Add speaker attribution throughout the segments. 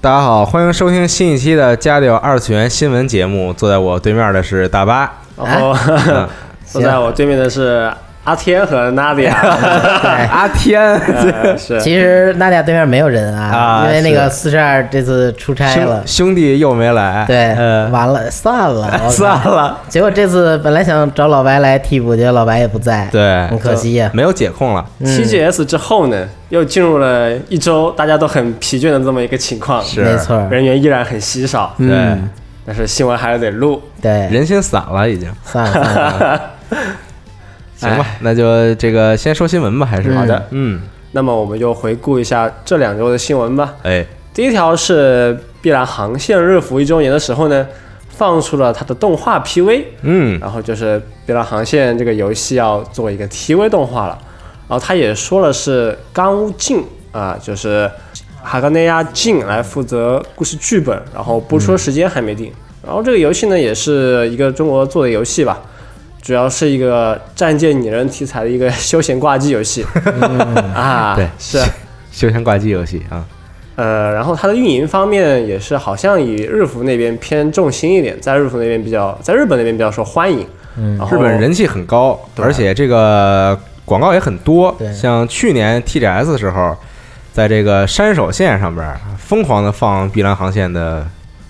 Speaker 1: 大家好，欢迎收听新一期的《家里有二次元新闻》节目。坐在我对面的是大巴， 嗯
Speaker 2: 然后
Speaker 3: 哎
Speaker 2: 坐在我对面的是阿天和 Nadia，
Speaker 3: 哎
Speaker 1: 阿天，
Speaker 2: 呃是
Speaker 3: 其实娜姐对面没有人
Speaker 1: 啊
Speaker 3: 啊，因为那个四十二这次出差
Speaker 1: 兄
Speaker 3: 了，
Speaker 1: 哎兄弟又没来，
Speaker 3: 对，
Speaker 1: 呃，
Speaker 3: 完了，散了， 我靠
Speaker 1: 算。了，
Speaker 3: 结果这次本来想找老白来替补，结果老白也不在，
Speaker 1: 对
Speaker 3: 很可惜呀。
Speaker 1: 没有解控了。
Speaker 3: 嗯
Speaker 2: TGS 之后呢，又进入了一周大家都很疲倦的这么一个情况，
Speaker 1: 是
Speaker 3: 没错儿，
Speaker 2: 人员依然很稀少，
Speaker 1: 对，
Speaker 3: 嗯
Speaker 2: 但是新闻还是得录。
Speaker 3: 对，
Speaker 1: 人心散了已经。
Speaker 3: 散了散了，哎
Speaker 1: 行吧，那就这个先说新闻吧，还是
Speaker 3: 好的，
Speaker 1: 嗯，
Speaker 2: 那么我们就回顾一下这两周的新闻吧。
Speaker 1: 哎，
Speaker 2: 第一条是碧蓝航线日服一周年的时候呢，放出了它的动画 PV，
Speaker 1: 嗯，
Speaker 2: 然后就是《碧蓝航线》这个游戏要做一个 TV 动画了，然后他也说了是冈屋静啊、就是哈格内亚静来负责故事剧本，然后播出的时间还没定。然后这个游戏呢，也是一个中国做的游戏吧，主要是一个战舰拟人题材的一个休闲挂机游戏、啊，
Speaker 1: 对
Speaker 2: 是。
Speaker 1: 休闲挂机游戏啊，
Speaker 2: 呃，然后它的运营方面也是好像以日服那边偏重心一点，在日服那边比较，在日本那边比较受欢迎。嗯，
Speaker 1: 日本人气很高，而且这个广告也很多。
Speaker 3: 对
Speaker 1: 像去年 TGS 的时候，在这个山手线上
Speaker 2: 啊
Speaker 1: 边儿疯狂的放碧蓝航线的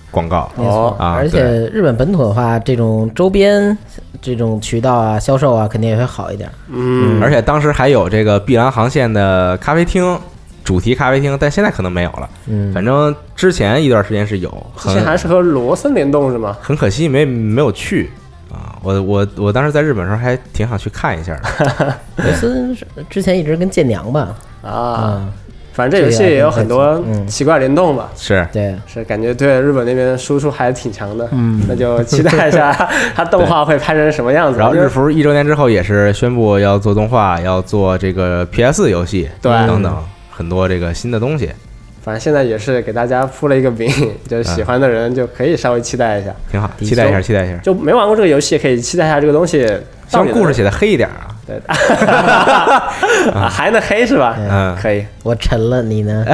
Speaker 1: 广告。
Speaker 2: 哦
Speaker 3: 没错
Speaker 1: 啊
Speaker 3: 而且日本本土的话，这种周边这种渠道啊、销售啊，肯定也会好一点。
Speaker 2: 嗯，
Speaker 1: 而且当时还有这个碧蓝航线的咖啡厅，主题咖啡厅，但现在可能没有了。
Speaker 3: 嗯，
Speaker 1: 反正之前一段时间是有，
Speaker 2: 之前还
Speaker 1: 很
Speaker 2: 是和罗森联动是吗？
Speaker 1: 很可惜没没有去啊。我我我当时在日本的时候还挺想去看一下 的。
Speaker 3: 罗森是之前一直跟剑娘吧，
Speaker 2: 啊，
Speaker 1: 嗯
Speaker 3: 啊，
Speaker 2: 反正这游戏也有很多
Speaker 3: 嗯
Speaker 2: 奇怪联动吧，
Speaker 1: 是，
Speaker 3: 对，
Speaker 2: 是感觉对日本那边输出还挺强的。嗯，那就期待一 下它动画会拍成什么样子。
Speaker 1: 然后
Speaker 2: 因为
Speaker 1: 日服一周年之后也是宣布要做动画，要做这个 PS 游戏，
Speaker 2: 对
Speaker 1: 等等很多这个新的东西，
Speaker 2: 反正现在也是给大家铺了一 个饼，就是喜欢的人就可以稍微期待一下，
Speaker 1: 挺好，
Speaker 3: 的
Speaker 1: 期待一下，期待一下。
Speaker 2: 就没玩过这个游戏也可以期待一下这个东西
Speaker 1: 希
Speaker 2: 到
Speaker 1: 望
Speaker 2: 底能。
Speaker 1: 故事写的黑一点啊，
Speaker 2: 对， 啊还能黑是吧？
Speaker 1: 嗯
Speaker 2: 可以。
Speaker 3: 我沉了，你 呢？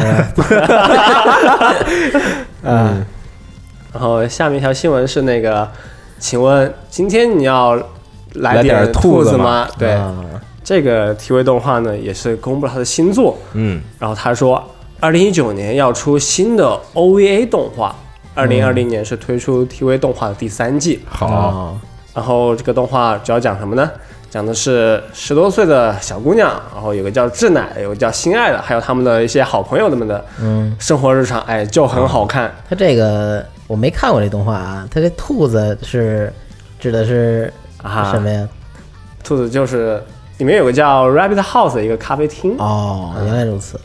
Speaker 2: 然后下面一条新闻是那个，请问今天你要
Speaker 1: 来
Speaker 2: 来
Speaker 1: 点
Speaker 2: 点
Speaker 1: 兔
Speaker 2: 兔
Speaker 1: 子
Speaker 2: 子
Speaker 1: 吗
Speaker 2: 吗？对，
Speaker 3: 啊
Speaker 2: 这个 TV 动画呢也是公布了他的新作，
Speaker 1: 嗯，
Speaker 2: 然后他说，二零一九年要出新的 OVA 动画，二零二零年是推出 TV 动画的第三季，
Speaker 1: 好，
Speaker 2: 然后这个动画主要讲什么呢？讲的是十多岁的小姑娘，然后有个叫志乃，有个叫心爱的，还有他们的一些好朋友们的
Speaker 3: 嗯，
Speaker 2: 生活日常，哎，就很好看。
Speaker 3: 他这个我没看过这动画啊，他这兔子是指的是
Speaker 2: 啊
Speaker 3: 什么呀？
Speaker 2: 兔子就是里面有个叫 Rabbit House 的一个咖啡厅，
Speaker 1: 啊
Speaker 3: 哦，原来如此。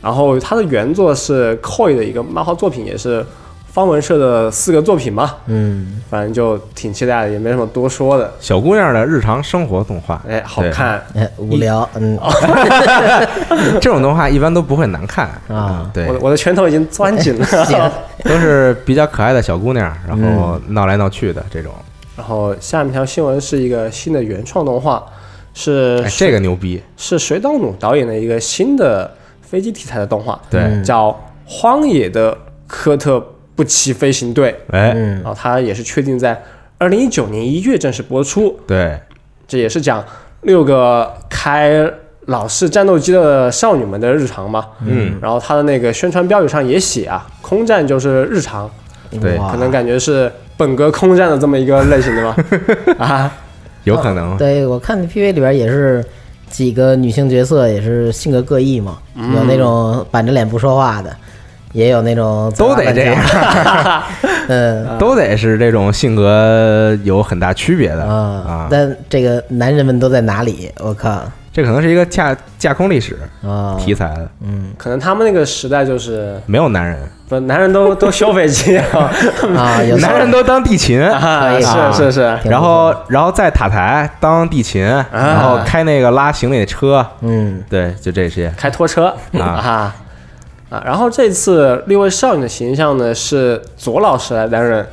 Speaker 2: 然后它的原作是 Koi 的一个漫画作品，也是方文社的四个作品嘛，
Speaker 3: 嗯，
Speaker 2: 反正就挺期待的，也没什么多说的。
Speaker 1: 小姑娘的日常生活动画，
Speaker 2: 哎，好看，
Speaker 3: 哎无聊，嗯，
Speaker 1: 哦对， 这种动画一般都不会难看嗯对
Speaker 2: 我，的我的拳头已经攥 紧了。
Speaker 1: 都是比较可爱的小姑娘，然后闹来闹去的这种，
Speaker 2: 然后下面一条新闻是一个新的原创动画，是
Speaker 1: 哎，这个牛逼，
Speaker 2: 是水岛努导演的一个新的飞机题材的动画，
Speaker 1: 对嗯
Speaker 2: 叫《荒野的科特布奇飞行队》，
Speaker 1: 哎，
Speaker 3: 嗯
Speaker 2: 然后它也是确定在二零一九年一月正式播出。
Speaker 1: 对，
Speaker 2: 这也是讲六个开老式战斗机的少女们的日常嘛。
Speaker 1: 嗯，
Speaker 2: 然后它的那个宣传标语上也写啊，空战就是日常，
Speaker 1: 对
Speaker 3: 哇
Speaker 2: 可能感觉是本格空战的这么一个类型的嘛。啊，
Speaker 1: 有可能，
Speaker 3: 对我看 PV 里边也是几个女性角色，也是性格各异嘛，
Speaker 1: 嗯
Speaker 3: 有那种板着脸不说话的，也有那种
Speaker 1: 都得这样，
Speaker 3: 嗯
Speaker 1: 都得是这种性格有很大区别的
Speaker 3: 啊
Speaker 1: 啊，，
Speaker 3: 但这个男人们都在哪里？我靠
Speaker 1: 这可能是一个架架空历史
Speaker 3: 啊！
Speaker 1: 题材的，
Speaker 3: 嗯
Speaker 2: 可能他们那个时代就是
Speaker 1: 没有男人，
Speaker 2: 不男人都都修飞机啊，
Speaker 3: 啊，有
Speaker 1: 男人都当地勤，
Speaker 2: 啊
Speaker 3: 可以
Speaker 2: 是
Speaker 3: 吧
Speaker 2: 是是，
Speaker 3: 挺不错
Speaker 1: 然后然后在塔台当地勤，然后开那个拉行李的车，
Speaker 3: 嗯
Speaker 1: 对，就这些，
Speaker 2: 开拖车
Speaker 1: 啊
Speaker 2: 啊啊！然后这次六位少女的形象呢是左老师来担任，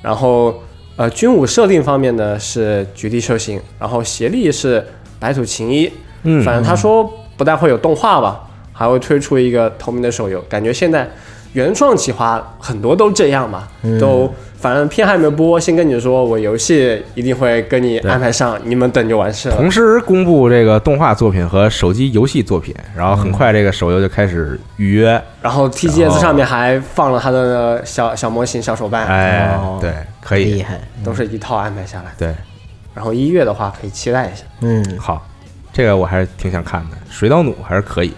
Speaker 2: 然后呃军武设定方面呢是菊地秀行，然后协力是白土晴一，
Speaker 1: 嗯
Speaker 2: 反正他说不但会有动画吧，还会推出一个同名的手游，感觉现在。原创企划很多都这样嘛，
Speaker 1: 嗯
Speaker 2: 都反正片还没播，先跟你说我游戏一定会跟你安排上，你们等就完事了。
Speaker 1: 同时公布这个动画作品和手机游戏作品，然后很快这个手游就开始预约，
Speaker 2: 然后 TGS 上面还放了他的小小模型、小手办，
Speaker 1: 哎
Speaker 3: 哦，
Speaker 1: 对，可
Speaker 3: 厉
Speaker 1: 以，
Speaker 3: 害，
Speaker 2: 都是一套安排下来。
Speaker 1: 对，
Speaker 2: 然后一月的话可以期待一下，
Speaker 3: 嗯
Speaker 1: 好，这个我还是挺想看的，水岛弩还是可以，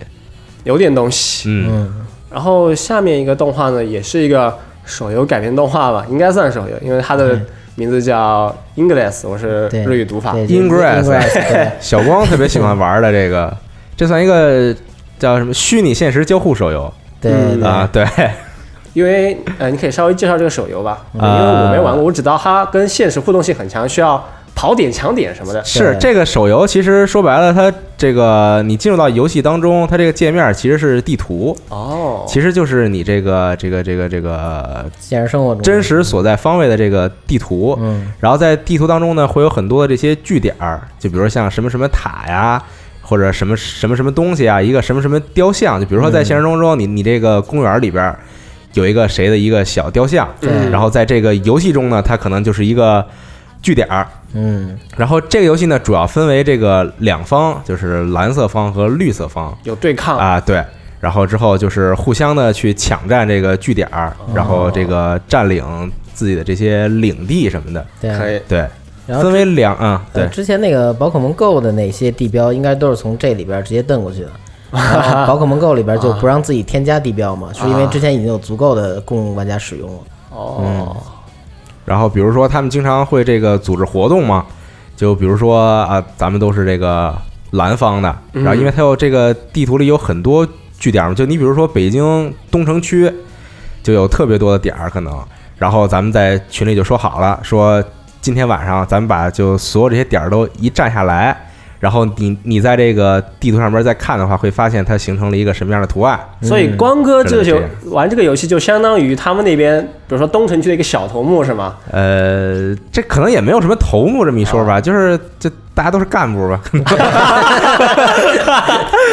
Speaker 2: 有点东西。
Speaker 1: 嗯，
Speaker 3: 嗯
Speaker 2: 然后下面一个动画呢，也是一个手游改编动画吧，应该算手游，因为它的名字叫 Ingress，我是
Speaker 3: 对
Speaker 2: 日语读法。
Speaker 3: 对
Speaker 1: Ingress
Speaker 3: 嗯 Ingress，对
Speaker 1: 小光特别喜欢玩的这个，这算一个叫什么虚拟现实交互手游
Speaker 3: 对
Speaker 2: 嗯
Speaker 3: 对
Speaker 1: 啊？对，
Speaker 2: 因为呃，你可以稍微介绍这个手游吧，因
Speaker 1: 嗯
Speaker 2: 为我没玩过，我只知道它跟现实互动性很强，需要跑点抢点什么的。
Speaker 1: 是
Speaker 3: 对
Speaker 1: 这个手游，其实说白了，它这个你进入到游戏当中，它这个界面其实是地图，
Speaker 2: 哦，
Speaker 1: 其实就是你这个这个这个这个
Speaker 3: 现实生活中
Speaker 1: 真，实所在方位的这个地图。
Speaker 3: 哦嗯
Speaker 1: 然后在地图当中呢，会有很多的这些据点儿，就比如像什么什么塔呀，或者什么什么什么东西啊，一个什么什么雕像。就比如说在现实当
Speaker 3: 嗯
Speaker 1: 中，你你这个公园里边儿有一个谁的一个小雕像，
Speaker 3: 对
Speaker 2: 嗯
Speaker 1: 然后在这个游戏中呢，它可能就是一个据点儿。
Speaker 3: 嗯
Speaker 1: 然后这个游戏呢，主要分为这个两方，就是蓝色方和绿色方
Speaker 2: 有对
Speaker 3: 哦
Speaker 2: 抗，
Speaker 1: 啊，对。然后之后就是互相的去抢占这个据点儿，
Speaker 3: 哦
Speaker 1: 然后这个占领自己的这些领地什么的，
Speaker 3: 对，
Speaker 2: 可以。
Speaker 1: 对，
Speaker 3: 然后
Speaker 1: 分为两啊，
Speaker 3: 呃
Speaker 1: 对，
Speaker 3: 之前那个宝可梦 Go 的那些地标，应该都是从这里边直接瞪过去的。然后宝可梦 Go 里边就不让自己添加地标嘛，是因为之前已经有足够的供玩家使用了。
Speaker 2: 哦，
Speaker 1: 然后比如说他们经常会这个组织活动嘛，就比如说啊，咱们都是这个蓝方的，然后因为它有这个地图里有很多据点嘛，就你比如说北京东城区就有特别多的点儿可能，然后咱们在群里就说好了，说今天晚上咱们把就所有这些点儿都一站下来。然后你你在这个地图上面再看的话，会发现它形成了一个什么样的图案？
Speaker 2: 所以光哥这个
Speaker 1: 嗯是的
Speaker 2: 游
Speaker 1: 这样
Speaker 2: 玩这个游戏就相当于他们那边，比如说东城区的一个小头目是吗？
Speaker 1: 呃，这可能也没有什么头目这么一说
Speaker 2: 啊
Speaker 1: 吧，就是就大家都是干部 吧。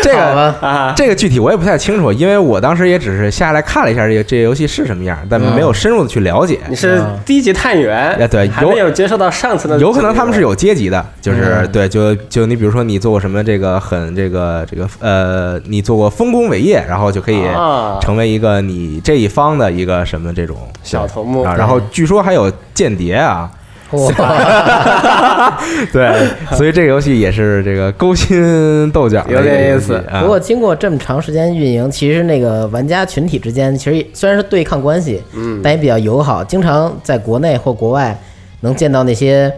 Speaker 1: 这
Speaker 3: 好
Speaker 1: 个
Speaker 3: 吧，
Speaker 2: 啊，
Speaker 1: 这个具体我也不太清楚，因为我当时也只是下来看了一下这个这个游戏是什么样，但没有深入的去了解。
Speaker 2: 你是
Speaker 3: 啊
Speaker 2: 低级探员，
Speaker 1: 哎对
Speaker 2: 还
Speaker 1: 有
Speaker 2: 没有接受到上层的，
Speaker 1: 有可能他们是，有阶级的，
Speaker 2: 嗯
Speaker 1: 就是对，就就你比如说你做过什么这个很这个这个呃，你做过丰功伟业，然后就可以
Speaker 2: 啊
Speaker 1: 成为一个你这一方的一个什么这种
Speaker 2: 小头目
Speaker 1: 啊。然后据说还有间谍啊，
Speaker 3: 哇，
Speaker 1: 对，所以这个游戏也是这个勾心斗角的一个
Speaker 2: 有点
Speaker 1: 游
Speaker 2: 意
Speaker 1: 戏
Speaker 2: 思
Speaker 1: 啊
Speaker 3: 不过经过这么长时间运营，其实那个玩家群体之间其实虽然是对抗关系，
Speaker 2: 嗯，
Speaker 3: 但也比较友好。经常在国内或国外能见到那些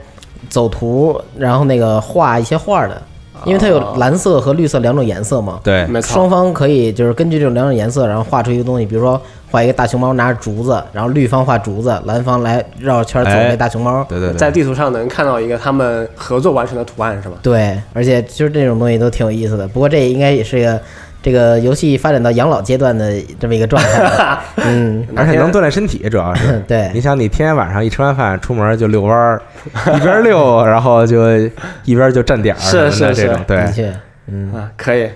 Speaker 3: 走图，然后那个画一些画的，因为它有蓝色和绿色两种颜色嘛。
Speaker 1: 对，
Speaker 2: 没错
Speaker 3: 双，方可以就是根据这种两种颜色，然后画出一个东西，比如说画一个大熊猫拿着竹子，然后绿方画竹子，蓝方来绕圈走
Speaker 1: 哎
Speaker 3: 那大熊猫。
Speaker 1: 对对
Speaker 2: 在
Speaker 1: 对，
Speaker 2: 地图上能看到一个他们合作完成的图案是吗？
Speaker 3: 对，而且就是这种东西都挺有意思的。不过这应该也是一个这个游戏发展到养老阶段的这么一个 状态。嗯，。
Speaker 1: 而且能锻炼身体，主要是
Speaker 3: 对
Speaker 1: 你想，你天天晚上一吃完饭出门就遛弯儿，一边遛，然后就一边就站点儿什么
Speaker 2: 是
Speaker 1: 的，
Speaker 2: 是是
Speaker 1: 这种对
Speaker 3: 的，确，嗯
Speaker 2: 啊，可以。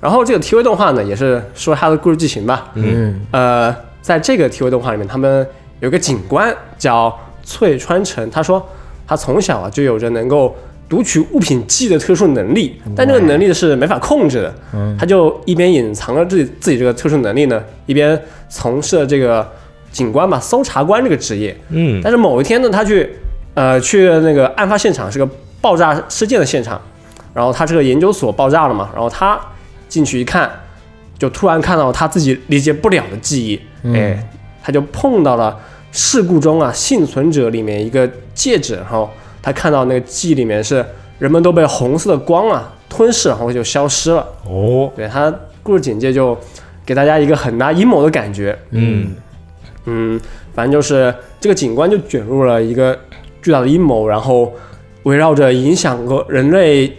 Speaker 2: 然后这个 TV 动画呢，也是说它的故事剧情吧。
Speaker 3: 嗯
Speaker 2: 呃，在这个 TV 动画里面，他们有个警官叫翠川城，他说他从小啊就有着能够读取物品记的特殊能力，
Speaker 3: 嗯
Speaker 2: 但这个能力是没法控制的。他就一边隐藏了自己自己这个特殊能力呢，一边从事了这个警官吧搜查官这个职业。
Speaker 1: 嗯，
Speaker 2: 但是某一天呢，他去呃去那个案发现场，是个爆炸事件的现场，然后他这个研究所爆炸了嘛，然后他进去一看，就突然看到他自己理解不了的记忆，
Speaker 3: 嗯
Speaker 2: 哎，他就碰到了事故中啊幸存者里面一个戒指，然后他看到那个记忆里面是人们都被红色的光啊吞噬，然后就消失了。
Speaker 1: 哦，
Speaker 2: 对他故事简介就给大家一个很大阴谋的感觉，
Speaker 1: 嗯，
Speaker 2: 嗯，反正就是这个警官就卷入了一个巨大的阴谋，然后围绕着影响过人类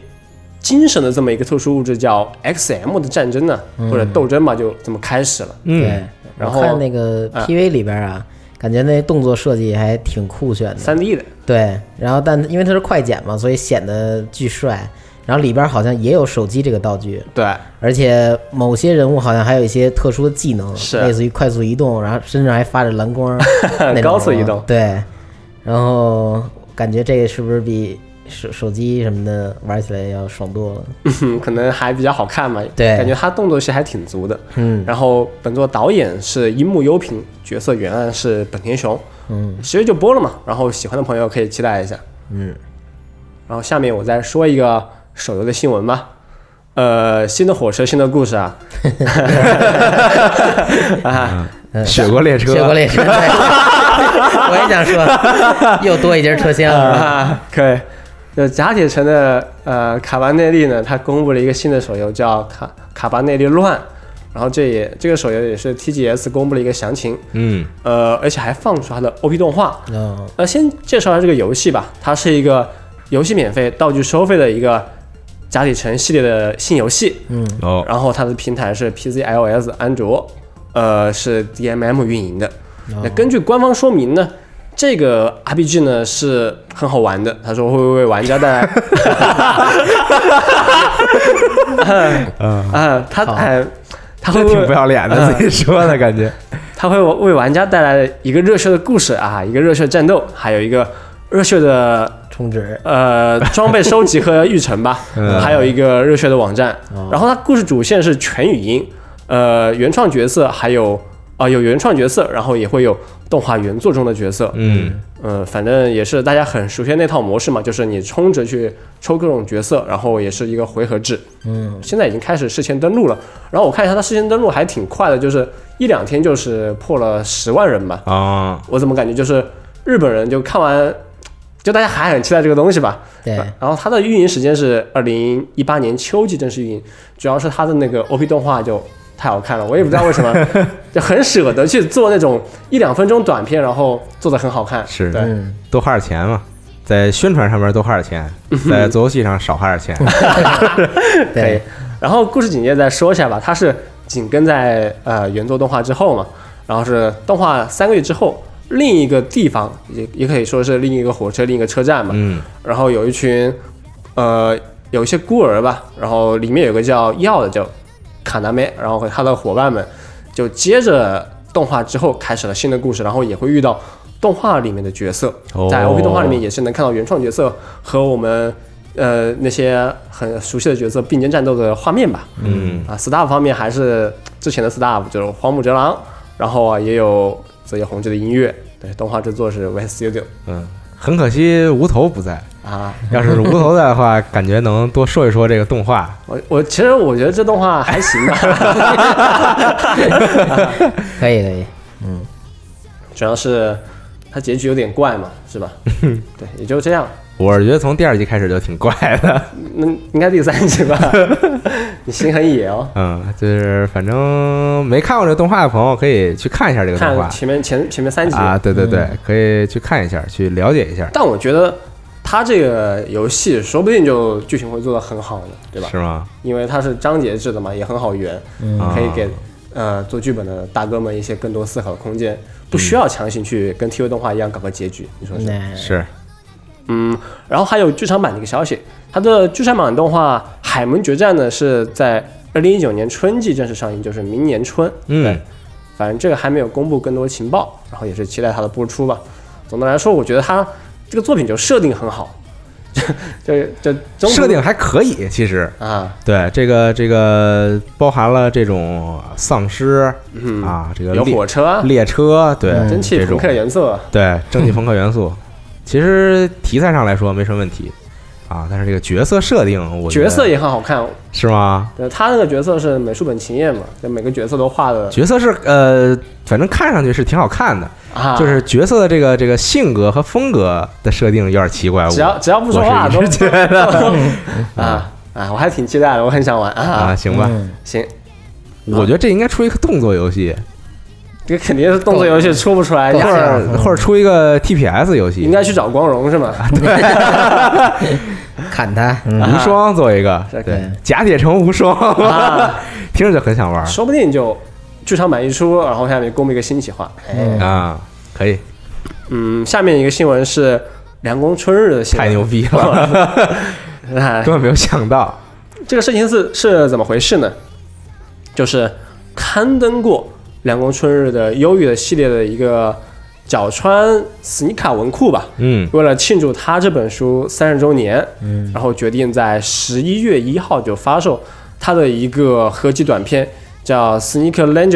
Speaker 2: 精神的这么一个特殊物质叫 XM 的战争呢，或者斗争吧，就这么开始了。
Speaker 1: 嗯，
Speaker 3: 对。
Speaker 2: 然
Speaker 3: 我
Speaker 2: 后
Speaker 3: 看那个 PV 里边啊，感觉那动作设计还挺酷炫的。
Speaker 2: 三 D 的，
Speaker 3: 对，然后但因为它是快剪嘛，所以显得巨帅。然后里边好像也有手机这个道具，
Speaker 2: 对，
Speaker 3: 而且某些人物好像还有一些特殊的技能，
Speaker 2: 是
Speaker 3: 类似于快速移动，然后身上还发着 蓝光那种，
Speaker 2: 高速移动
Speaker 3: 对，然后感觉这个是不是比手手机什么的玩起来要爽多了？
Speaker 2: 嗯 可能还比较好看嘛，
Speaker 3: 对
Speaker 2: 感觉他动作戏还挺足的。
Speaker 3: 嗯
Speaker 2: 然后本作导演是樱木优平，角色原案是本田雄，
Speaker 3: 嗯，
Speaker 2: 十月就播了嘛，然后喜欢的朋友可以期待一下。
Speaker 3: 嗯，
Speaker 2: 然后下面我再说一个手游的新闻吧。呃，新的火车，新的故事啊，
Speaker 3: 嗯
Speaker 1: 雪国列车，
Speaker 3: 雪国 列车，对我也想说，又多一节车厢了。
Speaker 2: 啊，可以。就甲铁城的呃卡巴内利呢，它公布了一个新的手游叫卡卡巴内利乱，然后这也这个手游也是 TGS 公布了一个详情，
Speaker 1: 嗯，
Speaker 2: 呃，而且还放出它的 OP 动画。
Speaker 3: 嗯
Speaker 2: 呃，先介绍一下这个游戏吧，它是一个游戏免费、道具收费的一个甲铁城系列的新游戏，
Speaker 3: 嗯
Speaker 1: 哦，
Speaker 2: 然后它的平台是 PC、iOS、安卓，呃，是 DMM 运营的。那根据官方说明呢，这个 RPG 呢是很好玩的，他说会为玩家带来， 嗯嗯，他
Speaker 3: 好
Speaker 2: 哎，他会
Speaker 1: 真挺不
Speaker 2: 为
Speaker 1: 要脸的，自己说的感觉，
Speaker 2: 他会为玩家带来一个热血的故事啊，一个热血战斗，还有一个热血的
Speaker 3: 充值，
Speaker 2: 呃，装备收集和育成吧，
Speaker 1: 嗯
Speaker 2: 还有一个热血的网站
Speaker 3: 哦。
Speaker 2: 然后它故事主线是全语音，呃，原创角色还有啊、有原创角色，然后也会有动画原作中的角色。
Speaker 1: 嗯
Speaker 2: 嗯、反正也是大家很熟悉的那套模式嘛，就是你充值去抽各种角色，然后也是一个回合制。
Speaker 3: 嗯，
Speaker 2: 现在已经开始事前登录了，然后我看一下它事前登录还挺快的，就是一两天就是破了十万人吧。
Speaker 1: 啊，
Speaker 2: 我怎么感觉就是日本人就看完，就大家还很期待这个东西吧。
Speaker 3: 对，
Speaker 2: 然后它的运营时间是二零一八年秋季正式运营，主要是它的那个 OP 动画就太好看了，我也不知道为什么，就很舍得去做那种一两分钟短片，然后做的很好看。
Speaker 1: 是
Speaker 2: 对，
Speaker 3: 嗯，
Speaker 1: 多花点钱嘛，在宣传上面多花点钱，在做游戏上少花点钱，
Speaker 2: 可以
Speaker 3: 对，。
Speaker 2: 然后故事简介再说一下吧，它是紧跟在呃原作动画之后嘛，然后是动画三个月之后，另一个地方也也可以说是另一个火车，另一个车站嘛，
Speaker 1: 嗯
Speaker 2: 然后有一群，呃，有一些孤儿吧，然后里面有个叫耀的叫卡南梅，然后和他的伙伴们就接着动画之后开始了新的故事，然后也会遇到动画里面的角色，
Speaker 1: 哦
Speaker 2: 在 OP 动画里面也是能看到原创角色和我们呃那些很熟悉的角色并肩战斗的画面吧。
Speaker 1: 嗯，
Speaker 2: 啊，staff 方面还是之前的 staff，就是荒木哲郎，然后啊也有泽野弘之的音乐，对，动画制作是 West Studio
Speaker 1: 嗯，很可惜无头不 在，
Speaker 2: 啊。
Speaker 1: 要是无头在的话，感觉能多说一说这个动画。
Speaker 2: 我我其实我觉得这动画还行吧，
Speaker 3: 可以可以，
Speaker 2: 主要是它结局有点怪嘛，是吧？对，也就这样。
Speaker 1: 我是觉得从第二集开始就挺怪的，
Speaker 2: 那应该第三集吧？你心很野哦。
Speaker 1: 嗯，就是反正没看过这个动画的朋友可以去看一下这个动
Speaker 2: 看
Speaker 1: 画
Speaker 2: 前面前前面三集，嗯
Speaker 1: 啊，对对对，可以去看一下，去了解一下，
Speaker 2: 但我觉得它这个游戏说不定就剧情会做得很好呢，对吧？
Speaker 1: 是吗？
Speaker 2: 因为它是章节制的嘛，也很好圆，可
Speaker 1: 啊
Speaker 2: 以给呃做剧本的大哥们一些更多思考的空间，不需要强行去跟 TV 动画一样搞个结局，你说是吧？
Speaker 3: 那
Speaker 1: 是，
Speaker 2: 嗯，然后还有剧场版的一个消息，它的剧场版动画《海门决战》呢是在二零一九年春季正式上映，就是明年春。
Speaker 1: 嗯，
Speaker 2: 反正这个还没有公布更多情报，然后也是期待它的播出吧。总的来说，我觉得它这个作品就设定很好，这这这中途
Speaker 1: 设定还可以，其实
Speaker 2: 啊，
Speaker 1: 对这个这个包含了这种丧尸
Speaker 2: 嗯，
Speaker 1: 啊，这个
Speaker 2: 有
Speaker 1: 列
Speaker 2: 火车啊，
Speaker 1: 列车，对
Speaker 3: 嗯
Speaker 2: 蒸汽
Speaker 1: 这
Speaker 2: 朋
Speaker 1: 种
Speaker 2: 克元素啊，
Speaker 1: 对蒸汽朋克元素，其实题材上来说没什么问题啊，但是这个角色设定，我觉
Speaker 2: 角
Speaker 1: 得
Speaker 2: 色也很好看。
Speaker 1: 是吗？
Speaker 2: 对，他那个角色是美术本秦彦嘛，就每个角色都画的
Speaker 1: 角色是呃，反正看上去是挺好看的，
Speaker 2: 啊，
Speaker 1: 就是角色的这个这个性格和风格的设定有点奇怪。
Speaker 2: 只要只要不说
Speaker 1: 啊我是
Speaker 2: 话
Speaker 1: 一
Speaker 2: 都
Speaker 1: 直觉
Speaker 2: 得 啊啊，我还挺期待的，我很想玩
Speaker 1: 我啊，
Speaker 2: 啊。嗯
Speaker 1: 行吧，
Speaker 3: 嗯
Speaker 2: 行，
Speaker 1: 我觉得这应该出一个动作游戏，
Speaker 2: 这肯定是动作游戏出不出来，
Speaker 1: 或
Speaker 2: 压着
Speaker 1: 者或者出一个 TPS 游
Speaker 2: 嗯应
Speaker 1: 戏，
Speaker 2: 该去找光荣是吗？
Speaker 1: 啊
Speaker 3: 砍他，嗯
Speaker 2: 啊
Speaker 1: 无双做一个，
Speaker 2: 这
Speaker 1: 对
Speaker 3: 个，
Speaker 1: 甲铁城无双，
Speaker 2: 啊
Speaker 1: 听着就很想玩
Speaker 2: 说不定就剧场版一出，然后下面公布一个新企划。
Speaker 3: 嗯
Speaker 1: 啊，可以，
Speaker 2: 嗯，下面一个新闻是凉宫春日的新闻，
Speaker 1: 太牛逼了，
Speaker 2: 哎
Speaker 1: 根本没有想到。
Speaker 2: 这个事情是是怎么回事呢？就是刊登过《凉宫春日的忧郁》的系列的一个角川斯尼卡文库吧，
Speaker 1: 嗯
Speaker 2: 为了庆祝他这本书三十周年，嗯，然后决定在十一月一号就发售他的一个合集短片，叫《Sneaker Legend》，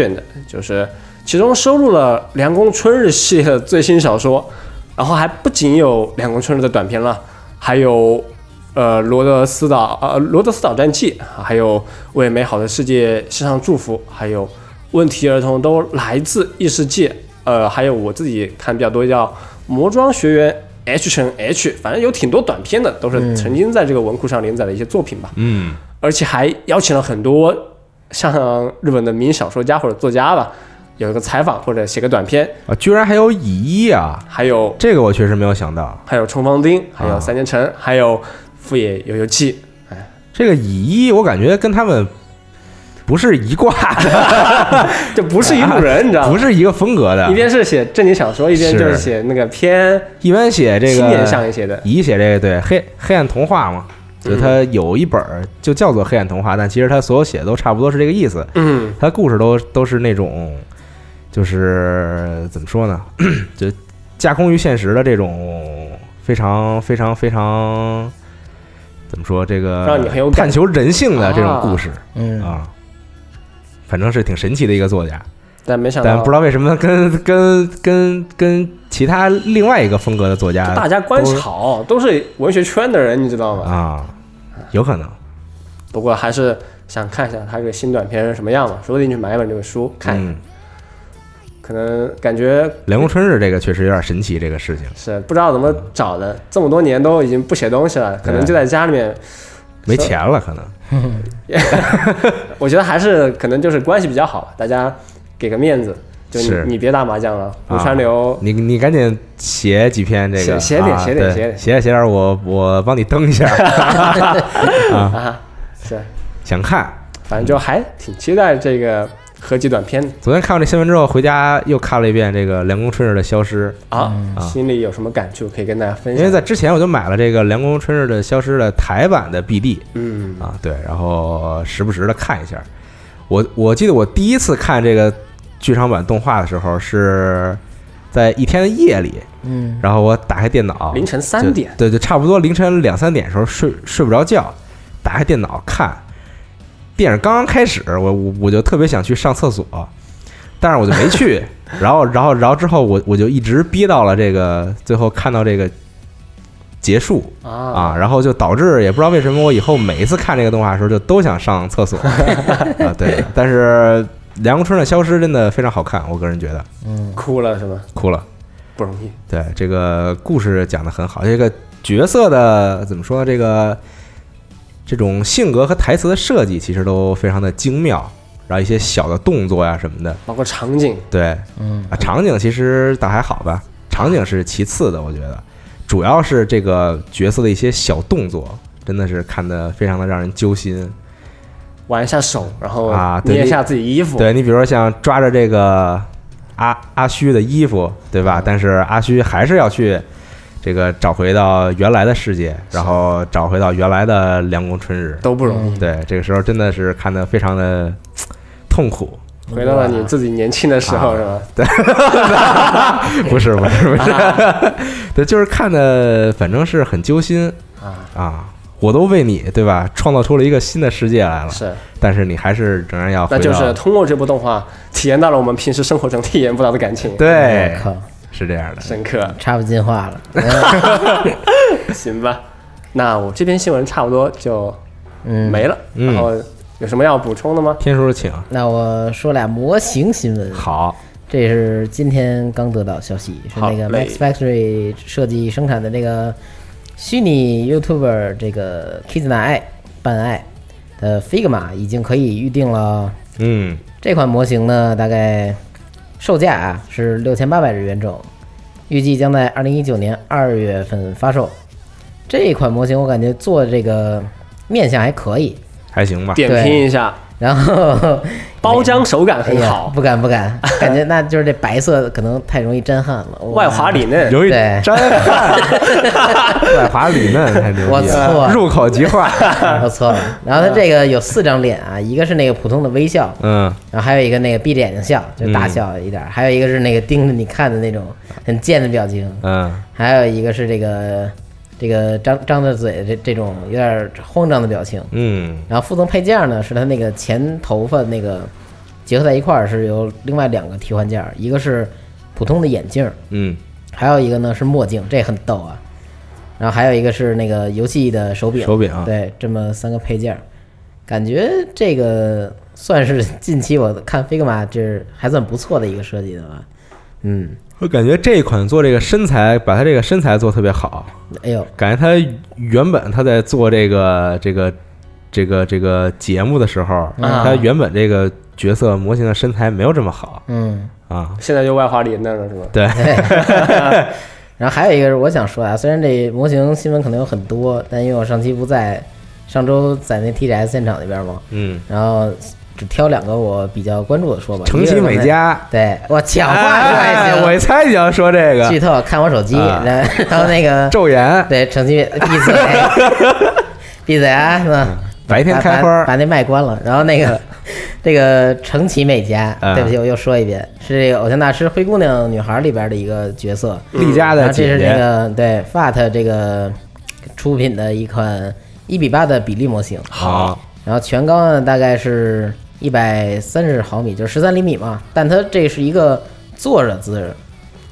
Speaker 2: 就是其中收录了凉宫春日系列的最新小说，然后还不仅有凉宫春日的短片了，还有呃罗德斯岛呃罗德斯岛战记，还有为美好的世界献上祝福，还有问题儿童都来自异世界，呃，还有我自己看比较多叫《魔装学员》。H 乘 H，反正有挺多短片的，都是曾经在这个文库上连载的一些作品吧。
Speaker 1: 嗯，
Speaker 2: 而且还邀请了很多像日本的名小说家或者作家吧，有一个采访或者写个短片，
Speaker 1: 啊，居然还有乙一啊，
Speaker 2: 还有
Speaker 1: 这个我确实没有想到。
Speaker 2: 还有冲锋丁，还有
Speaker 1: 啊
Speaker 2: 三年城，还有富野由悠季，
Speaker 1: 这个乙一，我感觉跟他们不是一挂 的，
Speaker 2: 这不是一路人，你知 道
Speaker 1: 不
Speaker 2: 吗？
Speaker 1: 是一个风格的
Speaker 2: 啊一。边是写正经小说，一边就是
Speaker 1: 啊是
Speaker 2: 写那个偏
Speaker 1: 一般写这
Speaker 2: 青年向
Speaker 1: 个
Speaker 2: 一嗯些的。
Speaker 1: 乙一写这个对黑黑暗童话嘛，就他有一本儿就叫做黑暗童话，但其实他所有写的都差不多是这个意思。
Speaker 2: 嗯
Speaker 1: 他故事都都是那种，就是怎么说呢， 就架空于现实的这种非常非常非常怎么说这个
Speaker 2: 让你很有感
Speaker 1: 探求人性的这种故事
Speaker 3: 嗯
Speaker 1: 啊。反正是挺神奇的一个作家，
Speaker 2: 但没想
Speaker 1: 但
Speaker 2: 到
Speaker 1: 不知道为什么跟跟跟跟其他另外一个风格的作家
Speaker 2: 大家观
Speaker 1: 啊都
Speaker 2: 潮都是文学圈的人，你知道吗？
Speaker 1: 啊，有可能
Speaker 2: 不过还是想看一下他这个新短片是什么样嘛，说不定去买一本这个书看一看。
Speaker 1: 嗯，
Speaker 2: 可能感觉
Speaker 1: 梁公春日这个确实有点神奇，这个事情
Speaker 2: 是不知道怎么找的，这么多年都已经不写东西了，可能就在家里面。
Speaker 1: 没钱了，可能
Speaker 2: 我觉得还是可能就是关系比较好，大家给个面子，就你
Speaker 1: 是啊
Speaker 2: 你别打麻将了，吴川流
Speaker 1: 你你赶紧写几篇这个，
Speaker 2: 写写点
Speaker 1: 啊
Speaker 2: 写点
Speaker 1: 对
Speaker 2: 写点
Speaker 1: 写点写点，我我帮你登一下，
Speaker 2: 啊，
Speaker 1: 嗯
Speaker 2: 是，
Speaker 1: 想看。
Speaker 2: 反正就还挺期待这个合集短片的
Speaker 1: 昨天看完这新闻之后，回家又看了一遍这个《凉宫春日的消失
Speaker 2: 啊，
Speaker 1: 啊
Speaker 2: 心里有什么感触可以跟大家》，分
Speaker 1: 因为
Speaker 2: 享。
Speaker 1: 在之前我就买了这个《凉宫春日的消失》的台版的 BD
Speaker 2: 嗯
Speaker 1: 啊，对，然后时不时的看一下。我我记得我第一次看这个剧场版动画的时候是在一天的夜里，
Speaker 3: 嗯，
Speaker 1: 然后我打开电脑，
Speaker 2: 凌晨三
Speaker 1: 就
Speaker 2: 点，
Speaker 1: 对，就差不多凌晨两三点的时候睡睡不着觉，打开电脑看电影，刚刚开始，我我我就特别想去上厕所，但是我就没去， 然后然后然后之后我我就一直憋到了这个最后看到这个结束
Speaker 2: 啊，
Speaker 1: 啊，然后就导致也不知道为什么我以后每一次看这个动画的时候就都想上厕 所啊，对，但是《梁春的消失》真的非常好看，我个人觉得
Speaker 3: 嗯
Speaker 2: 哭了是吗？
Speaker 1: 哭了。
Speaker 2: 不容易，
Speaker 1: 对，这个故事讲得很好，这个角色的怎么说呢？这个这种性格和台词的设计其实都非常的精妙，然后一些小的动作呀、什么的，
Speaker 2: 包括场景，
Speaker 1: 对，
Speaker 3: 嗯
Speaker 1: 啊，场景其实倒还好吧，场景是其次的，我觉得，主要是这个角色的一些小动作，真的是看得非常的让人揪心。
Speaker 2: 玩一下手，然后
Speaker 1: 啊对
Speaker 2: 捏一下自己衣服，
Speaker 1: 对你比如说像抓着这个阿阿虚的衣服，对吧？但是阿虚还是要去这个找回到原来的世界，然后找回到原来的凉宫春日。
Speaker 2: 都不容易，
Speaker 1: 对，这个时候真的是看得非常的痛 苦，
Speaker 2: 回到了你自己年轻的时
Speaker 1: 啊
Speaker 2: 候是吧？
Speaker 1: 不是不是 不是，对，就是看的反正是很揪心
Speaker 2: 啊，
Speaker 1: 啊。我都为你，对吧？创造出了一个新的世界来了，
Speaker 2: 是。
Speaker 1: 但是你还是仍然啊要回
Speaker 2: 那
Speaker 1: 到，
Speaker 2: 就是通过这部动画，体验到了我们平时生活中体验不到的感情，
Speaker 1: 对
Speaker 3: 我，靠，
Speaker 1: 是这样的。
Speaker 2: 深刻。
Speaker 3: 插不 进话了，
Speaker 2: 行吧，那我这篇新闻差不多就
Speaker 3: 嗯，
Speaker 2: 没了。
Speaker 1: 嗯
Speaker 2: 然后有什么要补充的吗？
Speaker 1: 天叔，请
Speaker 3: 那我说俩模型新闻，
Speaker 1: 好，
Speaker 3: 这是今天刚得到消息，是
Speaker 2: 好
Speaker 3: 那个
Speaker 2: 嘞
Speaker 3: Max Factory 设计生产的那个虚拟 YouTuber 这个 Kizna 爱办爱的 Figma 已经可以预定了。
Speaker 1: 嗯，
Speaker 3: 这款模型呢，大概售价啊是六千八百日元整，预计将在二零一九年二月份发售。这款模型我感觉做这个面相还可以，
Speaker 1: 还行吧。
Speaker 2: 点评一下，
Speaker 3: 然后
Speaker 2: 包浆手感
Speaker 3: 哎
Speaker 2: 很
Speaker 3: 呀，
Speaker 2: 好，
Speaker 3: 不敢不 敢，感觉那就是这白色可能太容易沾汗了。
Speaker 2: 外滑
Speaker 3: 里，
Speaker 2: 里嫩。
Speaker 1: 由于
Speaker 3: 对
Speaker 1: 沾汗，外滑里嫩太牛逼了，啊
Speaker 3: 我错了
Speaker 1: 入口即 化。
Speaker 3: 我错了。然后它这个有四张脸啊，一个是那个普通的微笑，
Speaker 1: 嗯，
Speaker 3: 然后还有一个那个闭着眼睛笑，就大笑一点
Speaker 2: 嗯
Speaker 3: 儿；还有一个是那个盯着你看的那种很贱的表情；
Speaker 1: 嗯，
Speaker 3: 还有一个是这个这个张张着嘴的这这种有点儿慌张的表情。
Speaker 1: 嗯，
Speaker 3: 然后附赠配件呢，是它那个前头发那个结合在一块儿，是由另外两个替换件儿，一个是普通的眼镜儿，
Speaker 1: 嗯，
Speaker 3: 还有一个呢是墨镜，这很逗啊。然后还有一个是那个游戏的手柄，
Speaker 1: 手柄啊
Speaker 3: 对，这么三个配件儿，感觉这个算是近期我看 Figma 这是还算不错的一个设计的吧。嗯，
Speaker 1: 我感觉这一款做这个身材，把它这个身材做特别好，
Speaker 3: 哎呦，
Speaker 1: 感觉他原本他在做这个这个这个这个节目的时候，
Speaker 2: 啊
Speaker 1: 他原本这个角色模型的身材没有这么好
Speaker 3: 嗯，
Speaker 1: 啊。
Speaker 2: 现在就外滑里嫩了是吗？
Speaker 1: 对，
Speaker 3: 哎然后还有一个是我想说啊，虽然这模型新闻可能有很多，但因为我上期不在，上周在那 TGS 现场那边嘛，
Speaker 1: 嗯，
Speaker 3: 然后只挑两个我比较关注的说吧。
Speaker 1: 成
Speaker 3: 一
Speaker 1: 其
Speaker 3: 个是
Speaker 1: 美嘉。
Speaker 3: 对我抢话说还
Speaker 1: 哎
Speaker 3: 行，啊
Speaker 1: 我一猜你要说这
Speaker 3: 剧
Speaker 1: 个
Speaker 3: 透看我手机，
Speaker 1: 啊
Speaker 3: 然后然后 那个
Speaker 1: 昼颜，
Speaker 3: 对成绩闭 嘴，闭嘴啊！是吧？
Speaker 1: 嗯白天
Speaker 3: 把
Speaker 1: 开花
Speaker 3: 把把
Speaker 1: 儿，
Speaker 3: 那麦关了。然后 那个这个成其美嘉，
Speaker 1: 啊
Speaker 3: 对不起，我又说一遍，是这个《偶像大师灰姑娘女孩》里边的一个角色。
Speaker 1: 丽佳
Speaker 3: 然
Speaker 1: 的
Speaker 3: 后这
Speaker 1: 姐
Speaker 3: 是嗯那
Speaker 1: 姐，
Speaker 3: 个对 FAT 这个出品的一款一比八的比例模型。
Speaker 1: 好，
Speaker 3: 然后全高呢大概是一百三十毫米，就是十三厘米嘛。但它这是一个坐着姿势，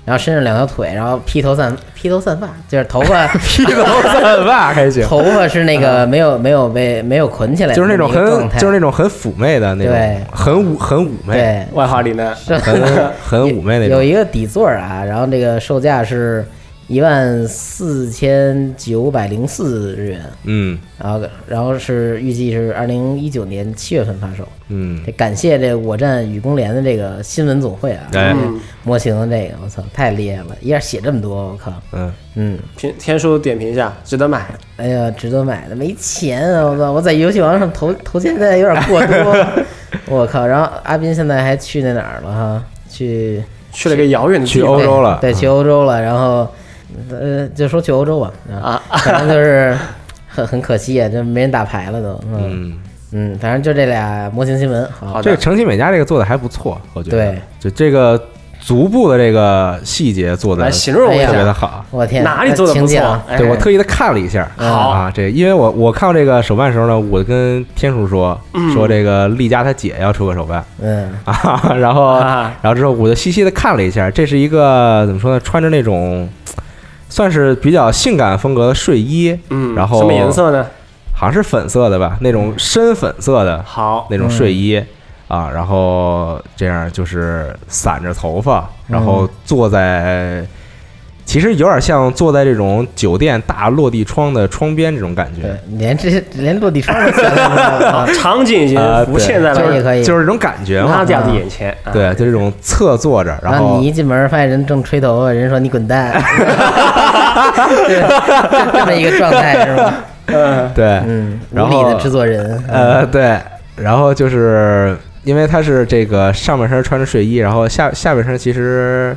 Speaker 3: 然后伸着两条腿，然后披头散披头散发，就是头发
Speaker 1: 披头散发还行，
Speaker 3: 头发是那个没有没有被没有捆起来的
Speaker 1: 就是那种
Speaker 3: 么一个状态
Speaker 1: 很就是那种很妩媚的那
Speaker 3: 对
Speaker 1: 种，很妩很妩媚，
Speaker 3: 对
Speaker 2: 外滑里嫩，
Speaker 3: 是
Speaker 1: 很很妩媚那
Speaker 3: 有
Speaker 1: 种。
Speaker 3: 一个底座儿啊，然后这个售价是一万四千九百零四日元，
Speaker 1: 嗯
Speaker 3: 然后然后是预计是二零一九年七月份发售。
Speaker 1: 嗯，
Speaker 3: 这感谢这我站与工联的这个新闻总会啊，
Speaker 1: 哎
Speaker 2: 嗯，
Speaker 3: 模型的这个我操太厉害了，一下写这么多，我靠，
Speaker 1: 嗯，
Speaker 3: 嗯，
Speaker 2: 天天叔点评一下，值得买。
Speaker 3: 哎呀，值得买的，没钱啊！我操，我在游戏王上投 投钱现在有点过多， 我靠！然后阿斌现在还去那哪儿了哈？去
Speaker 2: 去了个遥远的地
Speaker 1: 去欧
Speaker 2: 方
Speaker 1: 洲了
Speaker 3: 对，去欧洲了。然后，呃，就说去欧洲吧，
Speaker 2: 啊，
Speaker 3: 反正就是很很可惜啊，就没人打牌了都。嗯
Speaker 1: 嗯，
Speaker 3: 嗯，反正就这俩模型新闻，好
Speaker 2: 好，
Speaker 1: 这个成其美嘉这个做的还不错，我觉得。
Speaker 3: 对，
Speaker 1: 就这个足部的这个细节做的
Speaker 2: 来
Speaker 1: 特
Speaker 2: 形容一
Speaker 3: 哎
Speaker 1: 别
Speaker 3: 呀
Speaker 2: 下，
Speaker 1: 的好。
Speaker 3: 我天，啊
Speaker 2: 哪里做的
Speaker 3: 请
Speaker 2: 不错
Speaker 3: 讲？
Speaker 2: 哎
Speaker 1: 对我特意的看了一下，
Speaker 3: 嗯
Speaker 2: 好
Speaker 1: 啊，这因为我我看到这个手办的时候呢，我跟天叔说
Speaker 2: 嗯
Speaker 1: 说这个丽佳她姐要出个手办
Speaker 3: 嗯，
Speaker 1: 啊，然后
Speaker 2: 啊
Speaker 1: 然后之后我就细细的看了一下，这是一个怎么说呢，穿着那种算是比较性感风格的睡衣，
Speaker 2: 嗯，
Speaker 1: 然后
Speaker 2: 什么颜色嗯呢？
Speaker 1: 好像是粉色的吧，那种深粉色的
Speaker 2: 好，
Speaker 1: 那种睡衣。
Speaker 2: 嗯
Speaker 1: 啊，然后这样就是散着头发，然
Speaker 2: 嗯
Speaker 1: 后坐在，其实有点像坐在这种酒店大落地窗的窗边这种感觉
Speaker 3: 对，，连这些连落地窗都想到了，
Speaker 2: 场景已经
Speaker 1: 啊
Speaker 2: 浮现在
Speaker 3: 对可以
Speaker 2: 了
Speaker 3: 可以
Speaker 1: 就是这种感觉
Speaker 2: 拉
Speaker 1: 嘛。
Speaker 2: 迪亚的眼前。啊，
Speaker 1: 对，就这种侧坐着，然
Speaker 3: 然后
Speaker 1: 后
Speaker 3: 你一进门发现人正吹头发，人说你滚蛋，对就这么一个状态是吧？
Speaker 2: 嗯，
Speaker 1: 对，
Speaker 3: 嗯，
Speaker 1: 然
Speaker 3: 无
Speaker 1: 后
Speaker 3: 理的制作人，嗯
Speaker 1: 呃，对，然后就是因为他是这个上半身穿着睡衣，然后下下半身其实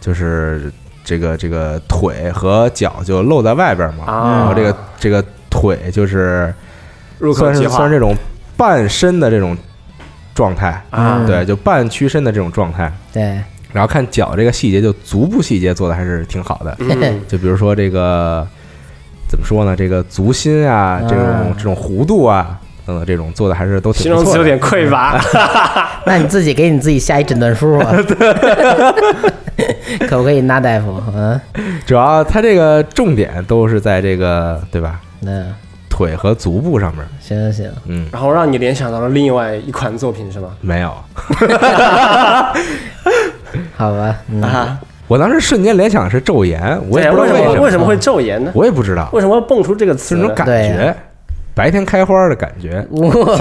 Speaker 1: 就是这个这个腿和脚就露在外边嘛，
Speaker 2: 啊
Speaker 1: 然后嗯这个这个腿就是
Speaker 2: 入口
Speaker 1: 算
Speaker 2: 即
Speaker 1: 是
Speaker 2: 化
Speaker 1: 算是这种半身的这种状态，
Speaker 2: 啊
Speaker 3: 嗯，
Speaker 1: 对，就半屈身的这种状态。
Speaker 3: 对，
Speaker 1: 然后看脚这个细节，就足部细节做的还是挺好的，
Speaker 2: 嗯
Speaker 1: 就比如说这个怎么说呢，这个足心啊，这种
Speaker 3: 啊
Speaker 1: 这种弧度啊。等等，这种做的还是都挺
Speaker 2: 形
Speaker 1: 不
Speaker 2: 容
Speaker 1: 错
Speaker 2: 词
Speaker 1: 的。
Speaker 2: 有点匮乏。
Speaker 3: 那你自己给你自己下一诊断书吧， 可不可以，那大夫？嗯，
Speaker 1: 主要它这个重点都是在这个对吧，
Speaker 3: 那
Speaker 1: 腿和足部上面。
Speaker 3: 行行行，
Speaker 1: 嗯，
Speaker 2: 然后让你联想到了另外一款作品是吗？
Speaker 1: 没有，
Speaker 3: 好吧，嗯，
Speaker 2: 啊，
Speaker 1: 我当时瞬间联想的是昼颜，我也
Speaker 2: 对
Speaker 1: 不
Speaker 2: 为
Speaker 1: 知道
Speaker 2: 什哎么为
Speaker 1: 什
Speaker 2: 什么会昼颜呢？
Speaker 1: 我也不知道，
Speaker 2: 为什么会蹦出这个
Speaker 1: 就
Speaker 2: 词
Speaker 1: 是那
Speaker 2: 呢
Speaker 1: 种？感
Speaker 3: 对
Speaker 1: 觉，白天开花的感觉。
Speaker 3: 我靠，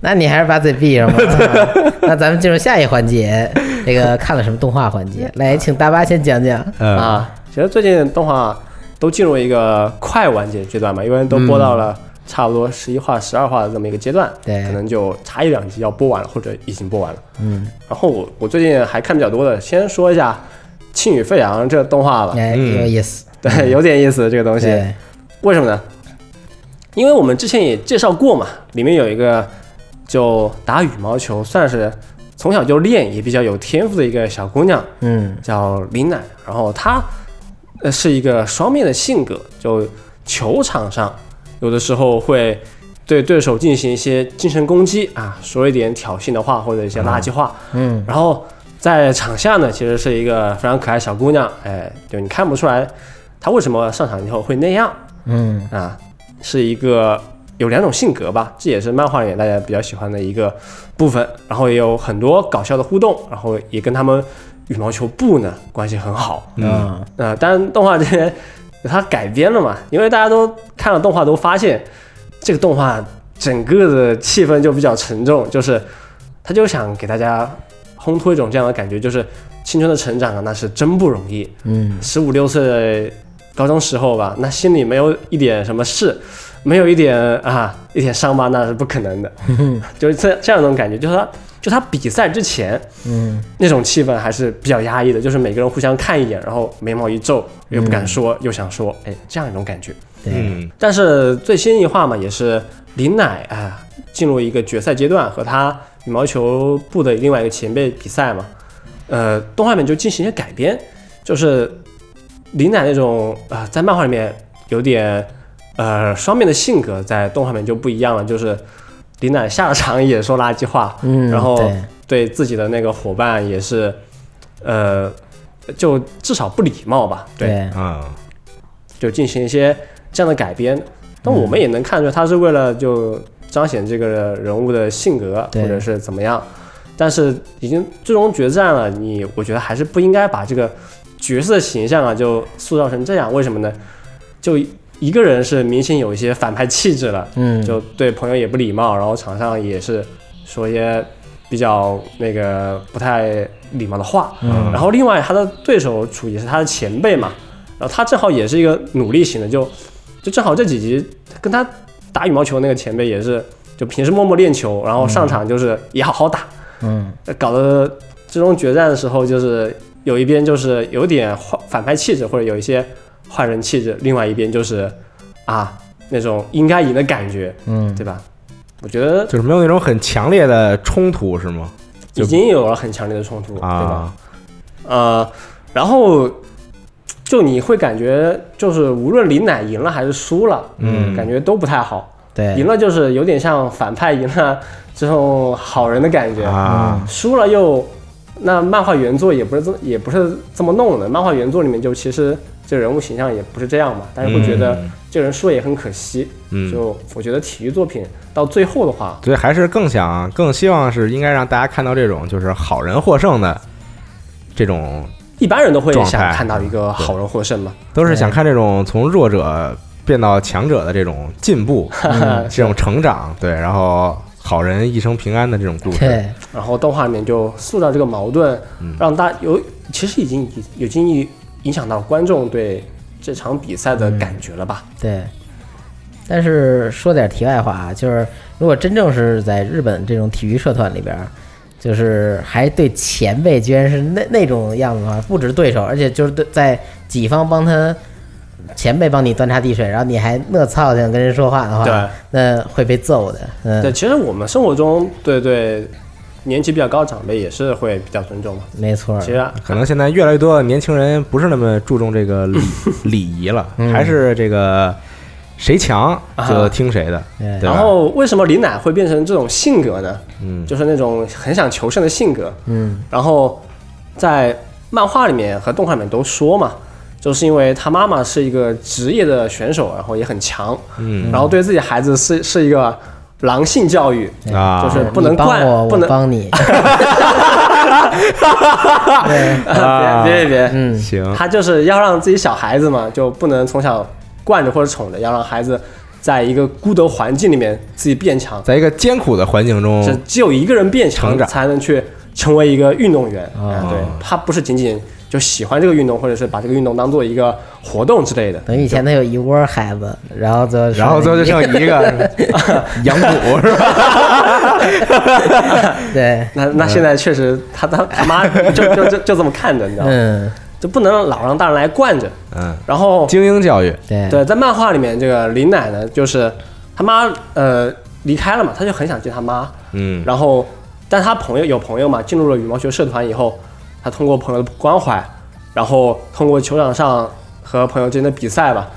Speaker 3: 那你还是把嘴闭 上吧。 那咱们进入下一环节，这个看了什么动画环
Speaker 2: 嗯
Speaker 3: 节？来，请大巴先讲讲。
Speaker 1: 呃，
Speaker 3: 啊
Speaker 2: 啊，其实最近动画都进入一个快完结阶段嘛，因为都播到了差不多十一话、十二话的这么一个阶段，
Speaker 3: 对
Speaker 2: 可能就差一两集要播完了，或者已经播完了。
Speaker 3: 嗯，
Speaker 2: 然后我我最近还看比较多的，先说一下《庆余沸扬》这动画吧，
Speaker 3: 哎，
Speaker 1: 嗯
Speaker 3: 有意思，
Speaker 2: 对，有点意思这个东西。
Speaker 3: 对，
Speaker 2: 为什么呢？因为我们之前也介绍过嘛，里面有一个就打羽毛球，算是从小就练也比较有天赋的一个小姑娘，
Speaker 3: 嗯
Speaker 2: 叫林奶。然后她呃是一个双面的性格，就球场上有的时候会对对手进行一些精神攻击啊，说一点挑衅的话或者一些垃圾话，
Speaker 3: 嗯，
Speaker 2: 然后在场下呢，其实是一个非常可爱小姑娘，哎，就你看不出来她为什么上场以后会那样，
Speaker 3: 嗯
Speaker 2: 啊，是一个有两种性格吧，这也是漫画里面大家比较喜欢的一个部分。然后也有很多搞笑的互动，然后也跟他们羽毛球部呢关系很好。
Speaker 1: 嗯，
Speaker 3: 啊，
Speaker 2: 呃，当然动画这边它改编了嘛，因为大家都看了动画都发现，这个动画整个的气氛就比较沉重，就是他就想给大家烘托一种这样的感觉，就是青春的成长啊，那是真不容易。
Speaker 3: 嗯
Speaker 2: 十五六岁的高中时候吧，那心里没有一点什么事，没有一点啊一点伤疤，那是不可能 的。就是这这样一种感觉，就是他就他比赛之前
Speaker 3: 嗯
Speaker 2: 那种气氛还是比较压抑的，就是每个人互相看一眼，然后眉毛一皱，又不
Speaker 3: 嗯
Speaker 2: 敢说，又想说，哎，这样一种感觉。
Speaker 3: 对，
Speaker 1: 嗯，
Speaker 2: 但是最新一话嘛，也是林乃啊进入一个决赛阶段，和他羽毛球部的另外一个前辈比赛嘛。呃，动画里面就进行一些改编，就是林乃那种啊、在漫画里面有点呃双面的性格，在动画里面就不一样了，就是林乃下了场也说垃圾话，
Speaker 3: 嗯，
Speaker 2: 然后
Speaker 3: 对
Speaker 2: 对自己的那个伙伴也是呃就至少不礼貌吧，对，
Speaker 3: 对，
Speaker 1: 啊，
Speaker 2: 就进行一些这样的改编。但我们也能看出，他是为了就彰显这个人物的性格，
Speaker 3: 对
Speaker 2: 或者是怎么样。但是已经最终决战了，你我觉得还是不应该把这个角色形象啊就塑造成这样。为什么呢？就一个人是明显有一些反派气质了，
Speaker 3: 嗯
Speaker 2: 就对朋友也不礼貌，然后场上也是说一些比较那个不太礼貌的话。
Speaker 1: 嗯
Speaker 2: 然后另外他的对手楚也是他的前辈嘛，然后他正好也是一个努力型的，就就正好这几集跟他打羽毛球那个前辈也是，就平时默默练球，然后上场就是也好好打，
Speaker 3: 嗯
Speaker 2: 搞得最终决战的时候就是有一边就是有点坏反派气质或者有一些坏人气质，另外一边就是啊那种应该赢的感觉，
Speaker 3: 嗯，
Speaker 2: 对吧？我觉得
Speaker 1: 就是没有那种很强烈的冲突是吗？
Speaker 2: 已经有了很强烈的冲突，对吧？
Speaker 1: 啊，
Speaker 2: 呃，然后就你会感觉，就是无论林奶赢了还是输了，
Speaker 1: 嗯哎
Speaker 2: 感觉都不太好。赢
Speaker 3: 对，
Speaker 2: 了就是有点像反派赢了这种好人的感觉，
Speaker 1: 啊，
Speaker 2: 输了又那漫画原作也不是这也不是这么弄的，漫画原作里面就其实这人物形象也不是这样嘛，但是会觉得
Speaker 1: 嗯
Speaker 2: 这人输了也很可惜。
Speaker 1: 嗯
Speaker 2: 就我觉得体育作品到最后的话，
Speaker 1: 所以还是更想、更希望是应该让大家看到这种就是好人获胜的这种，
Speaker 2: 一般人都会
Speaker 1: 状
Speaker 2: 想
Speaker 1: 态嗯
Speaker 2: 看到一个好人获胜嘛。
Speaker 1: 都是想看这种从弱者变到强者的这种进 步、这种成长，对，然后好人一生平安的这种故事。
Speaker 3: 对，
Speaker 2: 然后动画里面就塑造这个矛盾，
Speaker 1: 嗯
Speaker 2: 让大有其实已经已经影影响到观众对这场比赛的感觉了吧？
Speaker 3: 对。但是说点题外话啊，就是如果真正是在日本这种体育社团里边儿，就是还对前辈居然是那那种样子的话，不止对手，而且就是对在己方帮他前辈帮你端茶递水，然后你还那操性跟人说话的话，
Speaker 2: 对
Speaker 3: 那会被揍的。嗯，
Speaker 2: 对，其实我们生活中对对年纪比较高的长辈也是会比较尊重嘛。
Speaker 3: 没错儿。
Speaker 1: 嗯
Speaker 2: 其实啊
Speaker 1: 可能现在越来越多的年轻人不是那么注重这 个礼礼仪了，
Speaker 2: 嗯
Speaker 1: 还是这个谁强就听谁的，
Speaker 3: 对
Speaker 1: 对吧
Speaker 2: 啊然后为什么李奶会变成这种性格呢？
Speaker 1: 嗯
Speaker 2: 就是那种很想求胜的性格。
Speaker 3: 嗯
Speaker 2: 然后在漫画里面和动画里面都说嘛，就是因为他妈妈是一个职业的选手，然后也很强，
Speaker 1: 嗯
Speaker 2: 然后对自己孩子是是一个狼性教育，
Speaker 1: 啊，
Speaker 2: 就是不能
Speaker 3: 你帮
Speaker 2: 惯
Speaker 3: 我，
Speaker 2: 不能
Speaker 3: 我帮你。对，
Speaker 1: 啊
Speaker 2: 别别别，
Speaker 3: 嗯，
Speaker 1: 行，
Speaker 2: 他就是要让自己小孩子嘛，就不能从小惯着或者宠着，要让孩子在一个孤独环境里面自己变强，
Speaker 1: 在一个艰苦的环境中
Speaker 2: 这，只有一个人变
Speaker 1: 哦成
Speaker 2: 强
Speaker 1: 长
Speaker 2: 才能去成为一个运动员。
Speaker 3: 哦
Speaker 2: 啊对他不是仅仅就喜欢这个运动，或者是把这个运动当做一个活动之类的。
Speaker 3: 等于以前他有一窝孩子，然后就
Speaker 1: 然后最后就剩一个 养蛊是吧？
Speaker 3: 对，
Speaker 2: 那
Speaker 1: 嗯
Speaker 2: 那现在确实，他他他妈就就就就这么看着，你知道吗？
Speaker 3: 嗯，
Speaker 2: 就不能老让大人来惯着。
Speaker 1: 嗯，
Speaker 2: 然后
Speaker 1: 精英教育，
Speaker 3: 对
Speaker 2: 对，在漫画里面，这个林奶呢，就是他妈呃离开了嘛，他就很想见他妈。
Speaker 1: 嗯
Speaker 2: 然后，但他朋友有朋友嘛，进入了羽毛球社团以后，他通过朋友的关怀，然后通过球场上和朋友之间的比赛吧，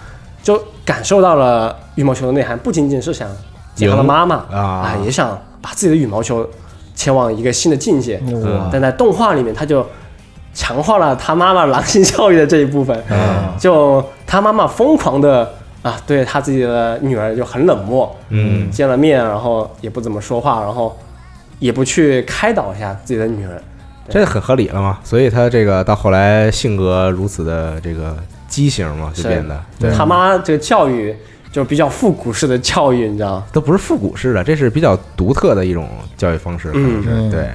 Speaker 2: 就感受到了羽毛球的内涵，不仅仅是想见他的
Speaker 1: 赢
Speaker 2: 妈妈
Speaker 1: 啊
Speaker 2: 也想把自己的羽毛球前往一个新的境界。
Speaker 1: 啊嗯
Speaker 3: 我
Speaker 2: 但在动画里面，他就强化了他妈妈狼性教育的这一部分，
Speaker 1: 啊
Speaker 2: 就他妈妈疯狂的啊，对他自己的女儿就很冷漠，
Speaker 1: 嗯
Speaker 2: 见了面然后也不怎么说话，然后也不去开导一下自己的女儿，
Speaker 1: 这很合理了嘛。所以他这个到后来性格如此的这个畸形嘛，就是变得
Speaker 2: 对他妈这个教育就比较复古式的教育，你知道吗？
Speaker 1: 都不是复古式的，这是比较独特的一种教育方式，可能是
Speaker 3: 嗯
Speaker 1: 对，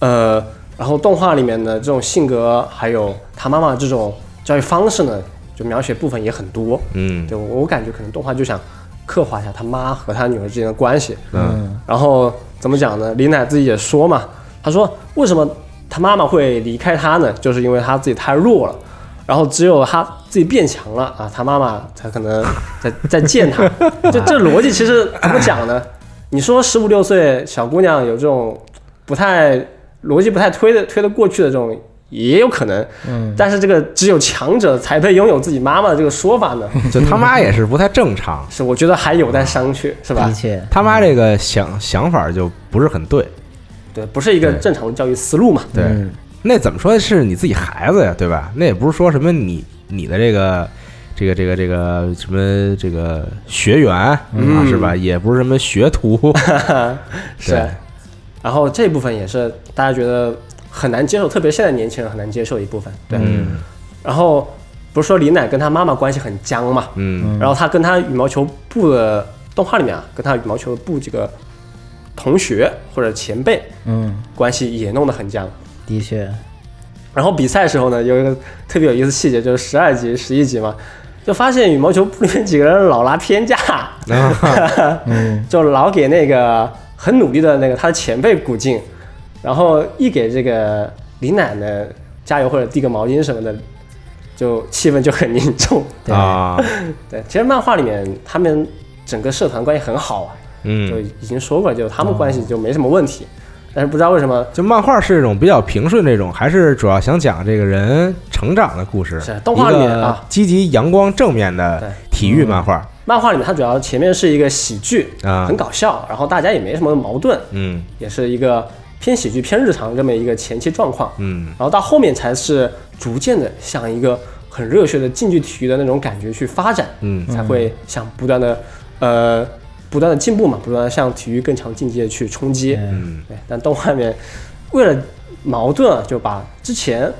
Speaker 2: 呃，然后动画里面的这种性格，还有他妈妈这种教育方式呢，就描写部分也很多。
Speaker 1: 嗯
Speaker 2: 对我我感觉可能动画就想刻画一下他妈和他女儿之间的关系。
Speaker 1: 嗯
Speaker 2: 然后怎么讲呢？李奶自己也说嘛，她说为什么她妈妈会离开她呢？就是因为她自己太弱了，然后只有她自己变强了啊，她妈妈才可能再再见 她。这这逻辑其实怎么讲呢？你说十五六岁小姑娘有这种不太逻辑不太推的推得过去的这种。也有可能，嗯，但是这个只有强者才配拥有自己妈妈的这个说法 呢，
Speaker 1: 嗯就他妈也是不太正常，
Speaker 2: 是我觉得还有待商榷，是吧
Speaker 3: 的？确，
Speaker 1: 他妈这个想想法就不是很对，
Speaker 2: 对，不是一个正常的教育思路嘛。
Speaker 1: 对，
Speaker 3: 嗯
Speaker 1: 那怎么说是你自己孩子呀，对吧？那也不是说什么你你的这个这个这个这个什么这个学员、啊，
Speaker 2: 嗯
Speaker 1: 是吧？也不是什么学徒，啊
Speaker 2: 是
Speaker 1: 对，
Speaker 2: 然后这部分也是大家觉得很难接受，特别现在年轻人很难接受的一部分。对，
Speaker 1: 嗯
Speaker 2: 然后不是说李奶跟她妈妈关系很僵嘛，
Speaker 1: 嗯
Speaker 2: 然后她跟她羽毛球部的动画里面啊，跟她羽毛球部这个同学或者前辈
Speaker 3: 嗯，
Speaker 2: 关系也弄得很僵。
Speaker 3: 的确，
Speaker 2: 然后比赛时候呢，有一个特别有意思的细节，就是十二级、十一级嘛，就发现羽毛球部里面几个人老拉偏架，
Speaker 3: 嗯，
Speaker 2: 就老给那个很努力的那个他的前辈鼓劲，然后一给这个李奶奶加油或者递个毛巾什么的，就气氛就很凝 重。
Speaker 3: 对
Speaker 1: 啊，
Speaker 2: 对，其实漫画里面他们整个社团关系很好啊，就
Speaker 1: 嗯，
Speaker 2: 已经说过了，就他们关系就没什么问题，但是不知道为什么
Speaker 1: 就漫画是一种比较平顺这种，还是主要想讲这个人成长的故事，
Speaker 2: 是动画里面啊
Speaker 1: 一个积极、阳光、正面的体育漫画，
Speaker 2: 漫画里面它主要前面是一个喜剧，
Speaker 1: 啊
Speaker 2: 很搞笑，然后大家也没什么矛盾，
Speaker 1: 嗯
Speaker 2: 也是一个偏喜剧偏日常这么一个前期状况。
Speaker 1: 嗯
Speaker 2: 然后到后面才是逐渐的向一个很热血的竞技体育的那种感觉去发展，
Speaker 1: 嗯
Speaker 2: 才会想不断的呃不断的进步嘛，不断的向体育更强境界去冲击。
Speaker 1: 嗯
Speaker 2: 对，但动画里面为了矛盾啊，就把之前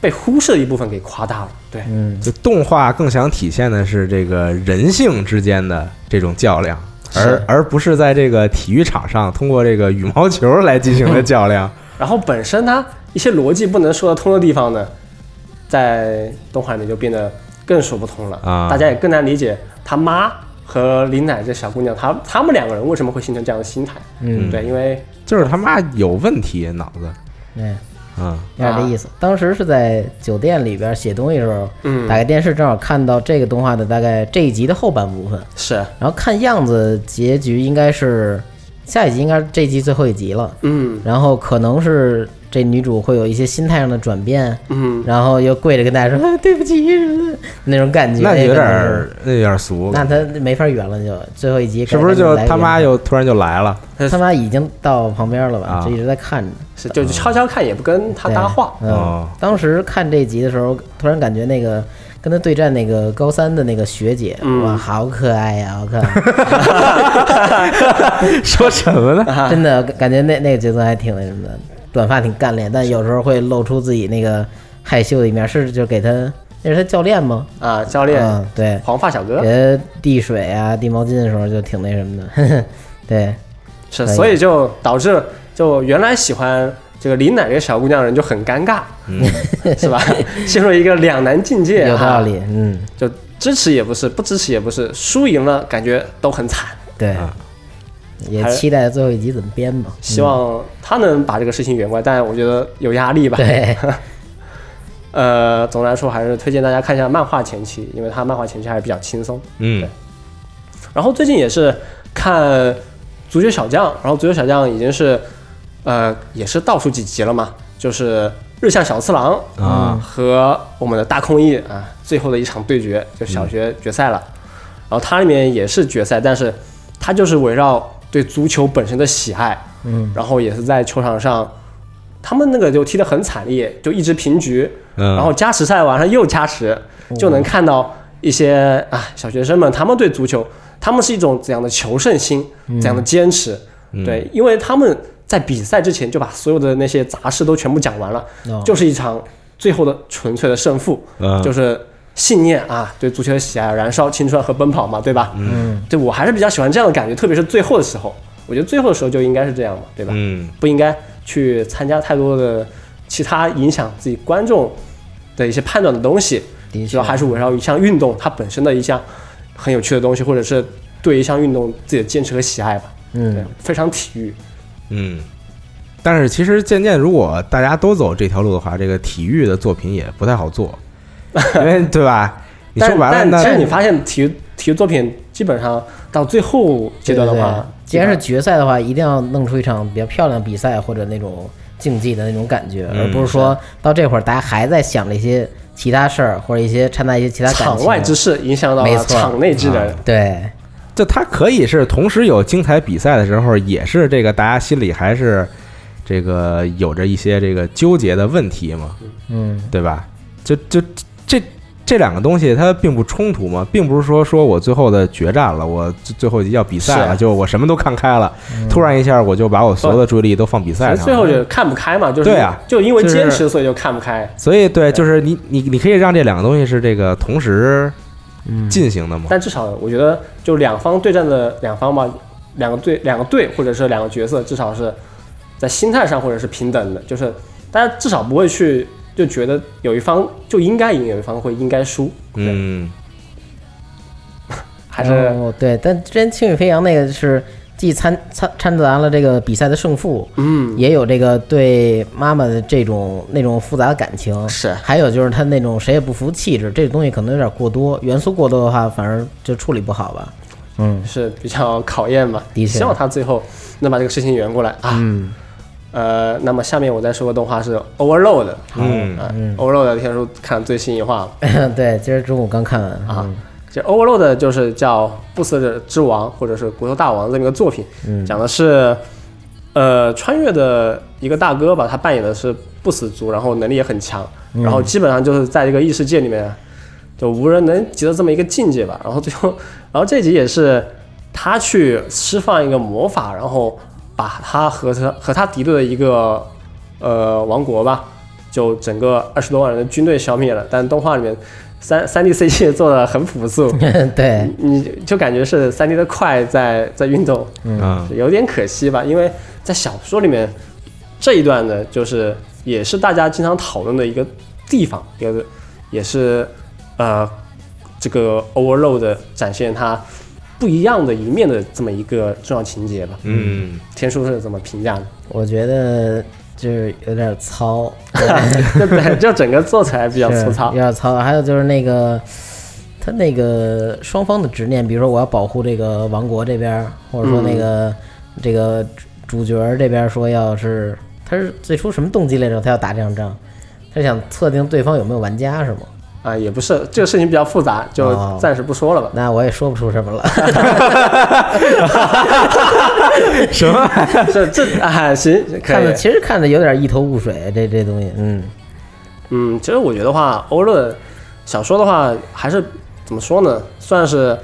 Speaker 2: 被忽视的一部分给夸大了。对，
Speaker 3: 嗯，
Speaker 1: 就动画更想体现的是这个人性之间的这种较量，而
Speaker 2: 是
Speaker 1: 而不是在这个体育场上通过这个羽毛球来进行的较量。
Speaker 2: 然后本身它一些逻辑不能说得通的地方呢，在动画里面就变得更说不通了
Speaker 1: 啊
Speaker 2: 大家也更难理解他妈和林奶这小姑娘，她她们两个人为什么会形成这样的心态？
Speaker 3: 嗯
Speaker 2: 对，因为
Speaker 1: 就是他妈有问题脑子
Speaker 2: 嗯
Speaker 3: 对，
Speaker 1: 啊，
Speaker 3: 有点这意思。当时是在酒店里边写东西的时候，
Speaker 2: 嗯
Speaker 3: 打开电视正好看到这个动画的大概这一集的后半部分，
Speaker 2: 是
Speaker 3: 然后看样子结局应该是下一集，应该是这集最后一集了。
Speaker 2: 嗯
Speaker 3: 然后可能是这女主会有一些心态上的转变，
Speaker 2: 嗯，
Speaker 3: 然后又跪着跟大家说、哎 对不起那种感觉，
Speaker 1: 那有点
Speaker 3: 可能
Speaker 1: 儿
Speaker 3: 是，
Speaker 1: 那有点儿俗，
Speaker 3: 那他没法圆了就，最后一集
Speaker 1: 是不是
Speaker 3: 改天
Speaker 1: 就
Speaker 3: 来
Speaker 1: 他妈
Speaker 3: 圆
Speaker 1: 又突然就来了？
Speaker 3: 他妈已经到旁边了吧
Speaker 1: 啊，
Speaker 3: 就一直在看着。
Speaker 2: 是就就悄悄看，也不跟她搭话。
Speaker 3: 对
Speaker 1: 哦
Speaker 3: 嗯，当时看这集的时候，突然感觉那个跟他对战那个高三的那个学姐，
Speaker 2: 嗯
Speaker 3: 哇，好可爱呀，好 可爱，
Speaker 1: 说什么呢？
Speaker 3: 真的感觉那那个角色还挺那什么的，短发挺干练，但有时候会露出自己那个害羞的一面，是就给他那是他教练吗？
Speaker 2: 啊，教练，
Speaker 3: 嗯，对，
Speaker 2: 黄发小哥
Speaker 3: 给他递水啊、递毛巾的时候就 挺那什么的，对，
Speaker 2: 是，
Speaker 3: 可以
Speaker 2: 所以就导致就原来喜欢这个林奶这个小姑娘人就很尴尬，是吧？ 陷入一个两难境界、啊，
Speaker 3: 嗯有道理，嗯，
Speaker 2: 就支持也不是，不支持也不是，输赢了感觉都很惨。
Speaker 3: 对
Speaker 1: 啊，
Speaker 3: 也
Speaker 2: 还
Speaker 3: 期待最后一集怎么编吧。
Speaker 2: 希望他能把这个事情圆过来，但我觉得有压力吧。
Speaker 3: 对，
Speaker 2: 呃，总的来说还是推荐大家看一下漫画前期，因为它漫画前期还是比较轻松。
Speaker 1: 嗯，
Speaker 2: 然后最近也是看《足球小将》，然后《足球小将》已经是呃也是倒数几集了嘛，就是日向小次郎
Speaker 1: 啊
Speaker 2: 和我们的大空翼啊最后的一场对决，就小学决赛了。然后它里面也是决赛，但是它就是围绕对足球本身的喜爱，
Speaker 3: 嗯，
Speaker 2: 然后也是在球场上。他们那个就踢得很惨烈，就一直平局，
Speaker 1: 嗯
Speaker 2: 然后加时赛完了又加时，就能看到一些啊小学生们他们对足球，他们是一种怎样的求胜心，怎样的坚持，对，因为他们在比赛之前就把所有的那些杂事都全部讲完了，
Speaker 3: 哦
Speaker 2: 就是一场最后的纯粹的胜负，
Speaker 1: 嗯
Speaker 2: 就是信念啊，对足球的喜爱，燃烧青春和奔跑嘛，对吧？
Speaker 3: 嗯，
Speaker 2: 对我还是比较喜欢这样的感觉，特别是最后的时候，我觉得最后的时候就应该是这样嘛，对吧？
Speaker 1: 嗯
Speaker 2: 不应该去参加太多的其他影响自己观众的一些判断的东西，
Speaker 3: 的
Speaker 2: 主
Speaker 3: 确
Speaker 2: 要还是围绕一项运动它本身的一项很有趣的东西，或者是对一项运动自己的坚持和喜爱吧。对
Speaker 3: 嗯，，
Speaker 2: 非常体育，
Speaker 1: 嗯。但是其实渐渐，如果大家都走这条路的话，这个体育的作品也不太好 做，因为对吧？你
Speaker 2: 但
Speaker 1: 说白了，
Speaker 2: 但
Speaker 1: 那
Speaker 2: 其实你发现体育体育作品基本上到最后阶段的
Speaker 3: 对对
Speaker 2: 话
Speaker 3: 对，既然是决赛的话，一定要弄出一场比较漂亮的比赛或者那种竞技的那种感觉，
Speaker 1: 嗯
Speaker 3: 而不
Speaker 2: 啊
Speaker 3: 是说到这会儿大家还在想着一些其他事儿，或者一些掺杂一些其他感情。
Speaker 2: 场外之事影响到
Speaker 3: 没
Speaker 2: 了
Speaker 3: 错啊
Speaker 2: 场内之人，
Speaker 3: 对，
Speaker 1: 就它可以是同时有精彩比赛的时候，也是这个大家心里还是这个有着一些这个纠结的问题嘛，
Speaker 3: 嗯，
Speaker 1: 对吧？就就这这两个东西它并不冲突嘛，并不是说说我最后的决战了，我最最后一集要比赛
Speaker 2: 是啊
Speaker 1: 了，就我什么都看开了，
Speaker 3: 嗯
Speaker 1: 突然一下我就把我所有的注意力都放比
Speaker 2: 可
Speaker 1: 赛
Speaker 2: 能
Speaker 1: 上了，
Speaker 2: 最后就看不开嘛，就是
Speaker 1: 对啊
Speaker 2: 就因为
Speaker 1: 就是
Speaker 2: 坚持所以就看不开。
Speaker 1: 所以对，就是你你你可以让这两个东西是这个同时
Speaker 3: 嗯
Speaker 1: 进行的嘛，
Speaker 2: 但至少我觉得，就两方对战的两方吧，两个队两个队或者是两个角色，至少是在心态上或者是平等的，就是大家至少不会去就觉得有一方就应该赢，有一方会应该输，对，
Speaker 1: 嗯
Speaker 2: 还是、
Speaker 3: 哦对，但之前《轻羽飞扬》那个是既掺掺掺杂了这个比赛的胜负，
Speaker 2: 嗯
Speaker 3: 也有这个对妈妈的这种那种复杂的感情，
Speaker 2: 是
Speaker 3: 还有就是他那种谁也不服气质，这个东西可能有点过多，元素过多的话，反而就处理不好吧。嗯，
Speaker 2: 是比较考验吧，
Speaker 3: 的确
Speaker 2: 希望他最后能把这个事情圆过来啊。嗯呃，那么下面我再说的动画是 Overload，
Speaker 1: 嗯
Speaker 2: 啊、Overload 天书看最新一话了，
Speaker 3: 对，今儿中午刚看完啊
Speaker 2: 啊，这 Overload 就是叫《不死者之王》或者是《骨头大王》这么一个作品，讲的是呃穿越的一个大哥吧，他扮演的是不死族，然后能力也很强，然后基本上就是在这个异世界里面就无人能及的这么一个境界吧。然后最后， 然后这集也是他去释放一个魔法，然后把他和他和他敌对的一个呃王国吧，就整个二十多万人的军队消灭了。但动画里面三三 D CG 做的很朴素，
Speaker 3: 对，
Speaker 2: 你就感觉是三 D 的快在在运动，
Speaker 1: 嗯
Speaker 2: 有点可惜吧，因为在小说里面这一段呢，就是也是大家经常讨论的一个地方，也是也是呃这个 Overload 展现它不一样的一面的这么一个重要情节吧。
Speaker 1: 嗯
Speaker 2: 天书是怎么评价的？
Speaker 3: 我觉得就是有点糙，
Speaker 2: 就 对，就整个做起来比较
Speaker 3: 是
Speaker 2: 粗糙
Speaker 3: 有。点糙。还有就是那个他那个双方的执念，比如说我要保护这个王国这边儿，或者说那
Speaker 2: 嗯
Speaker 3: 个、这个主主角儿这边儿说要是他是最初什么动机来着？他要打这场仗，他是想测定对方有没有玩家是吗？
Speaker 2: 啊、也不是这个事情比较复杂，就
Speaker 3: 哦
Speaker 2: 暂时不说了 吧。
Speaker 3: 那我也说不出什么了。
Speaker 1: 什么玩意儿
Speaker 2: 这这啊，行，可
Speaker 3: 看
Speaker 2: 以
Speaker 3: 着。其实看着有点一头雾水，这这东西，嗯
Speaker 2: 嗯，其实我觉得话，欧乐小说的话，还是怎么说呢，算是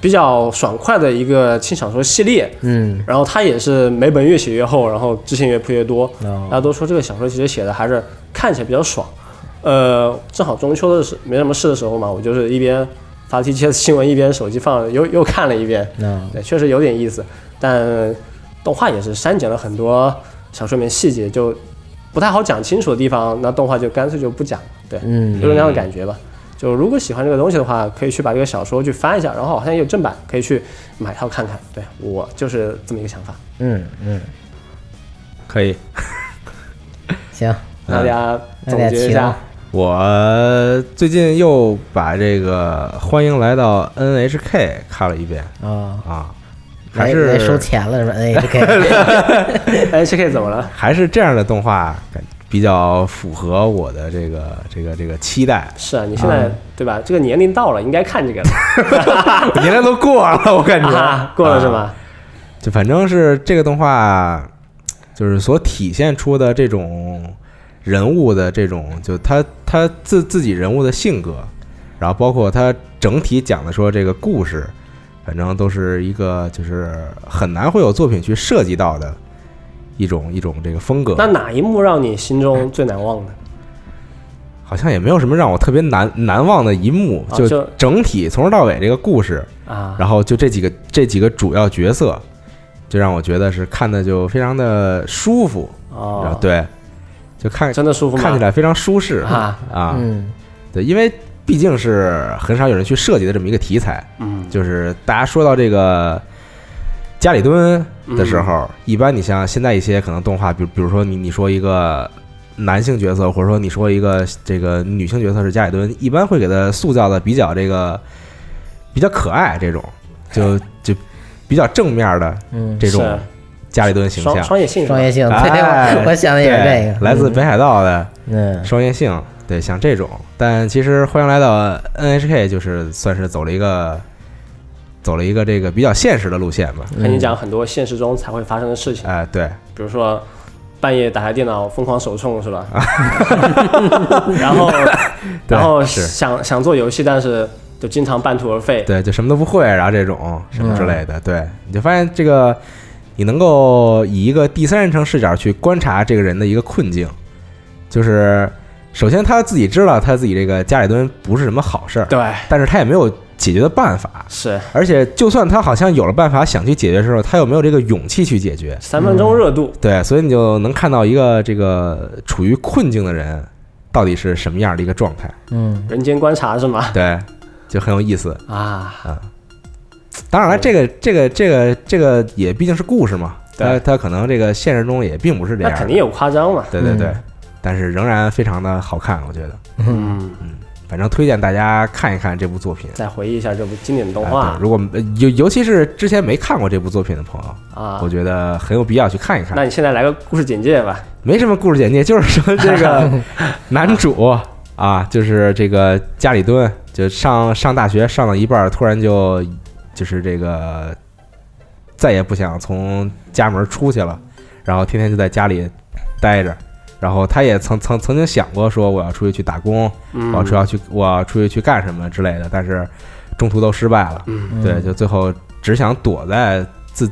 Speaker 2: 比较爽快的一个轻小说系列。
Speaker 3: 嗯，
Speaker 2: 然后它也是每本越写越厚，然后支线越铺越多。
Speaker 3: 哦
Speaker 2: 大家都说这个小说其实写的还是看起来比较爽。呃，正好中秋的时没什么事的时候嘛，我就是一边发 T 的新闻，一边手机放又又看了一遍。
Speaker 3: 那
Speaker 2: 对，确实有点意思，但动画也是删减了很多小说里面细节，就不太好讲清楚的地方，那动画就干脆就不讲了。对，
Speaker 3: 嗯
Speaker 2: 有种那样的感觉吧。就如果喜欢这个东西的话，可以去把这个小说去翻一下，然后好像也有正版，可以去买套看看。对我就是这么一个想法，
Speaker 3: 嗯嗯，
Speaker 1: 可以。
Speaker 3: 行，
Speaker 1: 嗯
Speaker 2: 大家
Speaker 3: 那
Speaker 2: 总
Speaker 3: 得
Speaker 2: 结一
Speaker 3: 齐
Speaker 2: 下
Speaker 3: 了。，
Speaker 1: 我最近又把这个《欢迎来到 NHK》看了一遍
Speaker 3: 啊，
Speaker 1: 啊，还
Speaker 3: 来来收
Speaker 1: 是
Speaker 3: 钱了是吧？哎，这个
Speaker 2: NHK 怎么了？。
Speaker 1: 还是这样的动画感比较符合我的这个这个这个期待
Speaker 2: 是啊，你现
Speaker 1: 嗯
Speaker 2: 在、对吧？这个年龄到了，应该看这个了。
Speaker 1: 年龄都过了，我感觉、
Speaker 2: 啊，过了是
Speaker 1: 啊
Speaker 2: 吗？
Speaker 1: 就反正是这个动画，就是所体现出的这种人物的这种，就他他自自己人物的性格，然后包括他整体讲的说这个故事，反正都是一个就是很难会有作品去涉及到的一种一种这个风格。
Speaker 2: 那哪一幕让你心中最难忘的？
Speaker 1: 好像也没有什么让我特别难难忘的一幕，
Speaker 2: 啊
Speaker 1: 就
Speaker 2: 就
Speaker 1: 整体从头到尾这个故事，
Speaker 2: 啊，
Speaker 1: 然后就这几个这几个主要角色，就让我觉得是看的就非常的舒服。然
Speaker 2: 哦
Speaker 1: 后，对，就看
Speaker 2: 真的舒服吗？
Speaker 1: 看起来非常舒适
Speaker 2: 啊，
Speaker 1: 啊，
Speaker 3: 嗯
Speaker 1: 对，因为毕竟是很少有人去设计的这么一个题材，
Speaker 2: 嗯，
Speaker 1: 就是大家说到这个家里蹲的时
Speaker 2: 嗯
Speaker 1: 候，一般你像现在一些可能动画，比如比如说你你说一个。男性角色，或者说你说一个这个女性角色是家里蹲，一般会给他塑造的比较这个比较可爱，这种就就比较正面的
Speaker 3: 嗯，
Speaker 1: 这种
Speaker 2: 哎是啊
Speaker 1: 家里蹲形象
Speaker 2: 双。双眼性是吧
Speaker 3: 双叶性，
Speaker 1: 哎
Speaker 3: 对，我我想的也是这
Speaker 1: 对
Speaker 3: 个，，
Speaker 1: 来自北海道的，
Speaker 3: 嗯
Speaker 1: 双叶性，对，像这种。但其实欢迎来到 NHK，就是算是走了一个走了一个这个比较现实的路线吧。
Speaker 2: 和你讲很多现实中才会发生的事情，
Speaker 1: 哎、对，
Speaker 2: 比如说半夜打开电脑疯狂手 冲是吧？ 然后
Speaker 1: 对
Speaker 2: 然后
Speaker 1: 是
Speaker 2: 想想做游戏，但是就经常半途而废。
Speaker 1: 对，就什么都不会，然后这种什么之类的，对，你就发现这个你能够以一个第三人称视角去观察这个人的一个困境，就是首先他自己知道他自己这个家里蹲不是什么好事儿，
Speaker 2: 对，
Speaker 1: 但是他也没有解决的办法。
Speaker 2: 是
Speaker 1: 而且，就算他好像有了办法想去解决的时候，他有没有这个勇气去解决？
Speaker 2: 三分钟热度，
Speaker 1: 对，所以你就能看到一个这个处于困境的人到底是什么样的一个状态，
Speaker 3: 嗯
Speaker 2: 人间观察是吗？
Speaker 1: 对，就很有意思。
Speaker 2: 啊，
Speaker 1: 当然了，这个这个这个这个也毕竟是故事嘛，
Speaker 2: 对
Speaker 1: 它它可能这个现实中也并不是这
Speaker 2: 那
Speaker 1: 样的，
Speaker 2: 肯定有夸张嘛。
Speaker 1: 对对对
Speaker 3: 嗯，
Speaker 1: 但是仍然非常的好看，我觉得，
Speaker 2: 嗯，
Speaker 1: 反正推荐大家看一看这部作品。
Speaker 2: 再回忆一下这部经典动
Speaker 1: 啊
Speaker 2: 画
Speaker 1: 对如果呃尤尤其是之前没看过这部作品的朋友，
Speaker 2: 啊
Speaker 1: 我。觉得很有必要去看一看
Speaker 2: 那。你现在来个故事简介吧。
Speaker 1: 没什么故事简介，就是说这个男主啊，就是这个家里蹲，就上上大学上到一半儿，突然就就是这个再也不想从家门出去了，然后天天就在家里待着。然后他也曾曾曾经想过说我要出去去打工，
Speaker 2: 嗯
Speaker 1: 我要出要去我要出去去干什么之类的，但是中途都失败了。
Speaker 3: 嗯
Speaker 1: 对，就最后只想躲在自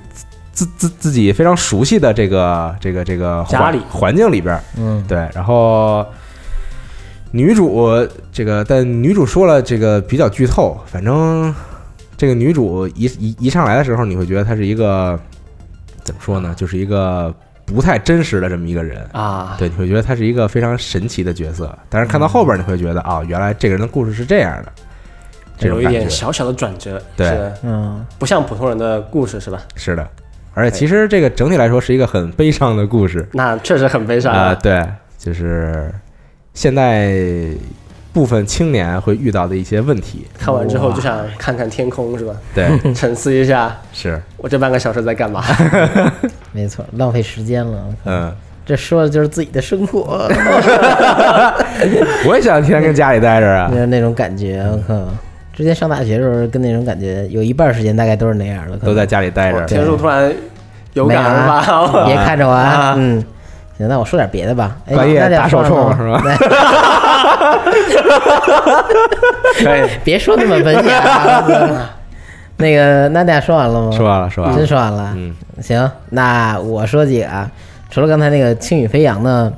Speaker 1: 自自自己非常熟悉的这个这个这个环
Speaker 2: 家里
Speaker 1: 环境里边儿。
Speaker 3: 嗯
Speaker 1: 对，然后女主这个，但女主说了这个比较剧透，反正这个女主一一一上来的时候，你会觉得她是一个怎么说呢，就是一个不太真实的这么一个人。
Speaker 2: 啊，
Speaker 1: 对，你会觉得她是一个非常神奇的角色，但是看到后边儿你会觉得啊、原来这个人的故事是这样的，这
Speaker 2: 有
Speaker 1: 种
Speaker 2: 一
Speaker 1: 感
Speaker 2: 点
Speaker 1: 觉
Speaker 2: 小小的转折，
Speaker 1: 对
Speaker 2: 是
Speaker 3: 嗯
Speaker 2: 不像普通人的故事是吧？
Speaker 1: 是的，而且其实这个整体来说是一个很悲伤的故事
Speaker 2: 那确实很悲伤
Speaker 1: 啊、
Speaker 2: 啊。
Speaker 3: 呃
Speaker 1: 对，就是现代部分青年会遇到的一些问题，
Speaker 2: 看完之后就想看看天空是吧？
Speaker 1: 对，
Speaker 3: 嗯
Speaker 2: 沉思一下，
Speaker 1: 是，
Speaker 2: 我这半个小时在干 嘛？
Speaker 3: 没错，浪费时间了，
Speaker 1: 嗯，
Speaker 3: 这说的就是自己的生活，
Speaker 1: 我也想天天跟家里待着啊
Speaker 3: 就，是那种感觉，我靠！之前上大学的时候跟那种感觉有一半时间大概都是那样的，可能
Speaker 1: 都在家里待
Speaker 2: 我
Speaker 1: 着，
Speaker 2: 天叔突然有感而发，
Speaker 3: 别看着我啊，嗯。行，那我说点别的吧。哎
Speaker 1: 半夜
Speaker 3: 那得
Speaker 1: 打手
Speaker 3: 放
Speaker 1: 冲
Speaker 3: 放
Speaker 1: 是吧？
Speaker 3: 对
Speaker 2: 可 以
Speaker 3: 别说那么文 雅啊。那个，那大家说完了吗？
Speaker 1: 说完了，说完
Speaker 3: 真
Speaker 1: 了，
Speaker 3: 说完了。
Speaker 1: 嗯，
Speaker 3: 行，那我说几个啊，除了刚才那个《轻雨飞扬》呢，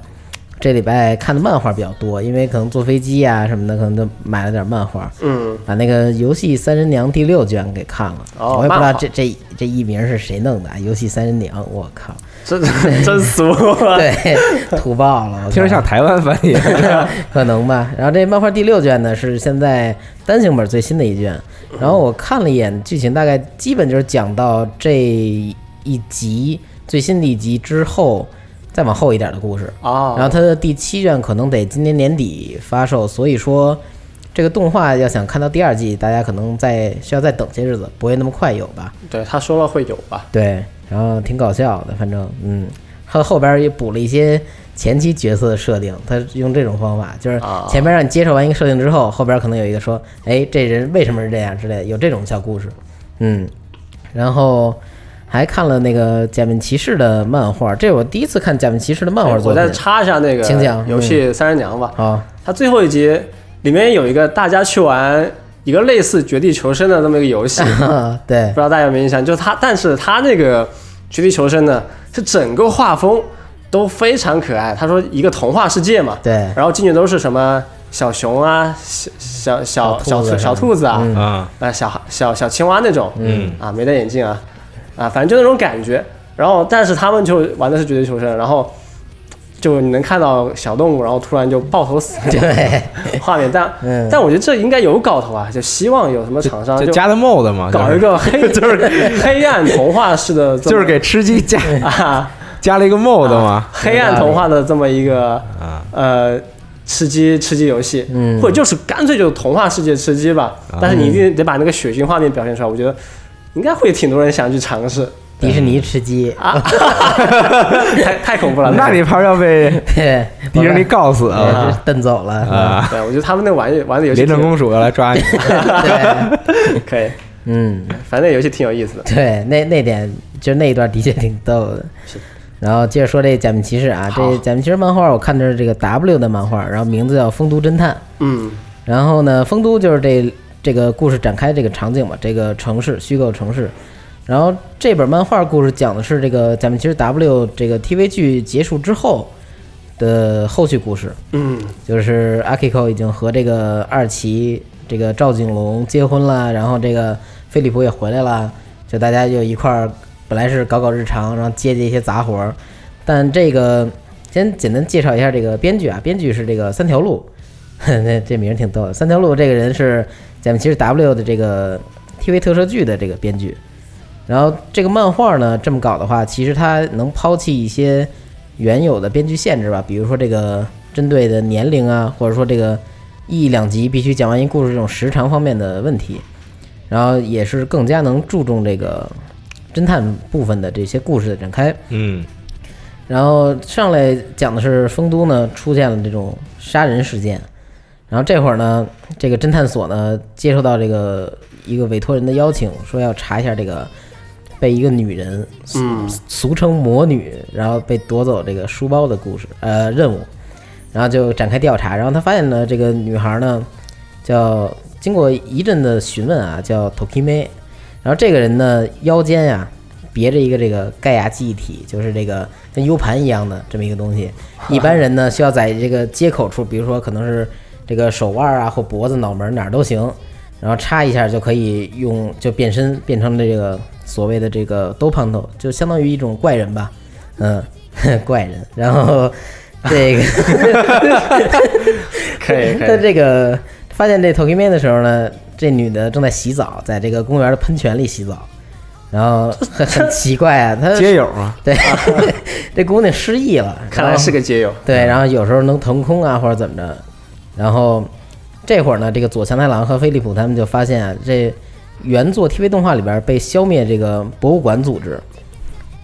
Speaker 3: 这礼拜看的漫画比较多，因为可能坐飞机啊什么的，可能就买了点漫画，
Speaker 2: 嗯，
Speaker 3: 把那个《游戏三神娘》第六卷给看了。
Speaker 2: 哦
Speaker 3: 我也不知道
Speaker 2: 漫画
Speaker 3: 这这这艺名是谁弄的，《游戏三神娘》，我 靠，
Speaker 2: 真真俗。啊
Speaker 3: 对， 土爆了，我靠
Speaker 1: 听着像台湾翻 译。
Speaker 3: 可能吧。然后这漫画第六卷呢是现在单行本最新的一卷，然后我看了一眼剧情，大概基本就是讲到这一集最新的一集之后，再往后一点的故事。
Speaker 2: 哦，
Speaker 3: 然后它的第七卷可能得今年年底发售，所以说这个动画要想看到第二季，大家可能再需要再等些日子，不会那么快有吧？
Speaker 2: 对他说了会有吧？
Speaker 3: 对，然后挺搞笑的，反正嗯，他后边也补了一些前期角色的设定，他用这种方法，就是
Speaker 2: 啊
Speaker 3: 前面让你接受完一个设定之后，后边可能有一个说，哎，这人为什么是这样之类的，有这种小故事，嗯，然后。还看了那个《假面骑士》的漫画，这是我第一次看《假面骑士》的漫画
Speaker 2: 哎
Speaker 1: 哎
Speaker 2: 我
Speaker 3: 作
Speaker 2: 再
Speaker 3: 品。
Speaker 2: 插一下那个
Speaker 3: 请讲嗯
Speaker 2: 游戏《三人娘》吧。
Speaker 3: 好，
Speaker 2: 它最后一集里面有一个大家去玩一个类似《绝地求生》的那么一个游 戏，
Speaker 3: 哦对
Speaker 2: 不知道大家有没有印象？就是它，但是它那个《绝地求生》呢，是整个画风都非常可爱。他说一个童话世界嘛，
Speaker 3: 对，
Speaker 2: 然后进去都是什么小熊啊、小小小
Speaker 3: 小
Speaker 2: 小
Speaker 3: 兔子
Speaker 2: 兔小兔子啊，
Speaker 3: 嗯
Speaker 1: 啊，
Speaker 2: 啊，小小小青蛙那种，
Speaker 1: 嗯
Speaker 2: 啊，没戴眼镜啊，啊，反正就那种感觉。然后，但是他们就玩的是绝地求生，然后就你能看到小动物，然后突然就爆头死
Speaker 3: 对，
Speaker 2: 的画面。但、
Speaker 3: 嗯
Speaker 2: 但我觉得这应该有搞头啊，就希望有什么厂商
Speaker 1: 就
Speaker 2: 啊就
Speaker 1: 加的 mod 嘛，
Speaker 2: 搞一 个黑，就是黑暗童话式的这
Speaker 1: 就
Speaker 2: 么，
Speaker 1: 是给吃鸡加
Speaker 2: 啊
Speaker 1: 加了一个 mod
Speaker 2: 啊
Speaker 1: 嘛，
Speaker 2: 黑暗童话的这么一个
Speaker 1: 啊
Speaker 2: 呃吃鸡吃鸡游戏，
Speaker 3: 嗯
Speaker 2: 或者就是干脆就是童话世界吃鸡吧。
Speaker 1: 啊
Speaker 2: 但是你
Speaker 1: 嗯
Speaker 2: 一定得把那个血腥画面表现出来，我觉得应该会挺多人想去 尝试
Speaker 3: 迪士尼吃鸡，
Speaker 2: 啊，太太恐怖了。
Speaker 1: 那
Speaker 2: 个
Speaker 1: 你怕是要被
Speaker 3: 对，
Speaker 1: 迪士尼告死
Speaker 3: 我
Speaker 1: 啊
Speaker 3: 把这蹬走了，
Speaker 1: 啊！
Speaker 2: 对，我觉得他们那玩意玩的游戏
Speaker 1: 廉政
Speaker 2: 挺
Speaker 1: 公署要来抓你，
Speaker 3: 对，
Speaker 2: 可以，
Speaker 3: 嗯。
Speaker 2: 反正那游戏挺有意思的。
Speaker 3: 对，那那点就那一段的确挺逗的。
Speaker 2: 是
Speaker 3: 然后接着说这假面骑士啊，
Speaker 2: 好
Speaker 3: 这假面骑士漫画我看的是这个 W 的漫画，然后名字叫《丰都侦探》。
Speaker 2: 嗯，
Speaker 3: 然后呢，丰都就是这这个故事展开这个场景嘛，这个城市虚构城市。然后这本漫画故事讲的是这个假面骑士 W 这个 TV 剧结束之后的后续故事，
Speaker 2: 嗯，
Speaker 3: 就是阿 Kiko 已经和这个二奇这个赵景龙结婚了，然后这个菲利普也回来了，就大家就一块儿本来是搞搞日常，然后接接一些杂活儿，但这个先简单介绍一下这个编剧啊，编剧是这个三条路， 那这名儿挺逗的。三条路这个人是咱们其实 W 的这个 TV 特摄剧的这个编剧，然后这个漫画呢这么搞的话，其实它能抛弃一些原有的编剧限制吧，比如说这个针对的年龄啊，或者说这个一两集必须讲完一故事这种时长方面的问题，然后也是更加能注重这个侦探部分的这些故事的展开。
Speaker 1: 嗯，
Speaker 3: 然后上来讲的是丰都呢出现了这种杀人事件，然后这会儿呢，这个侦探所呢接收到这个一个委托人的邀请，说要查一下这个被一个女人，俗俗称魔女，然后被夺走这个书包的故事，呃，任务，然后就展开调查，然后他发现呢，这个女孩呢叫经过一阵的询问啊，叫 Tokime，然后这个人呢腰间呀、别着一个这个盖亚记忆体，就是这个跟 U 盘一样的这么一个东西。一般人呢需要在这个接口处，比如说可能是这个手腕啊或脖子、脑门哪儿都行，然后插一下就可以用就变身变成这个所谓的这个 d o p a n t 就相当于一种怪人吧，嗯， 怪人。然后这个
Speaker 2: 可 以可
Speaker 3: 在
Speaker 2: 以。
Speaker 3: 这个发现这 Tokimi 的时候呢，这女的正在洗澡，在这个公园的喷泉里洗澡，然后很很奇怪啊，她
Speaker 1: 街友嘛，
Speaker 3: 对，这姑娘失忆了，
Speaker 2: 看来
Speaker 3: 然后
Speaker 2: 是个街友，
Speaker 3: 对，然后有时候能腾空啊，或者怎么着。然后这会儿呢，这个左强太郎和飞利浦他们就发现啊，这原作 TV 动画里边被消灭这个博物馆组织，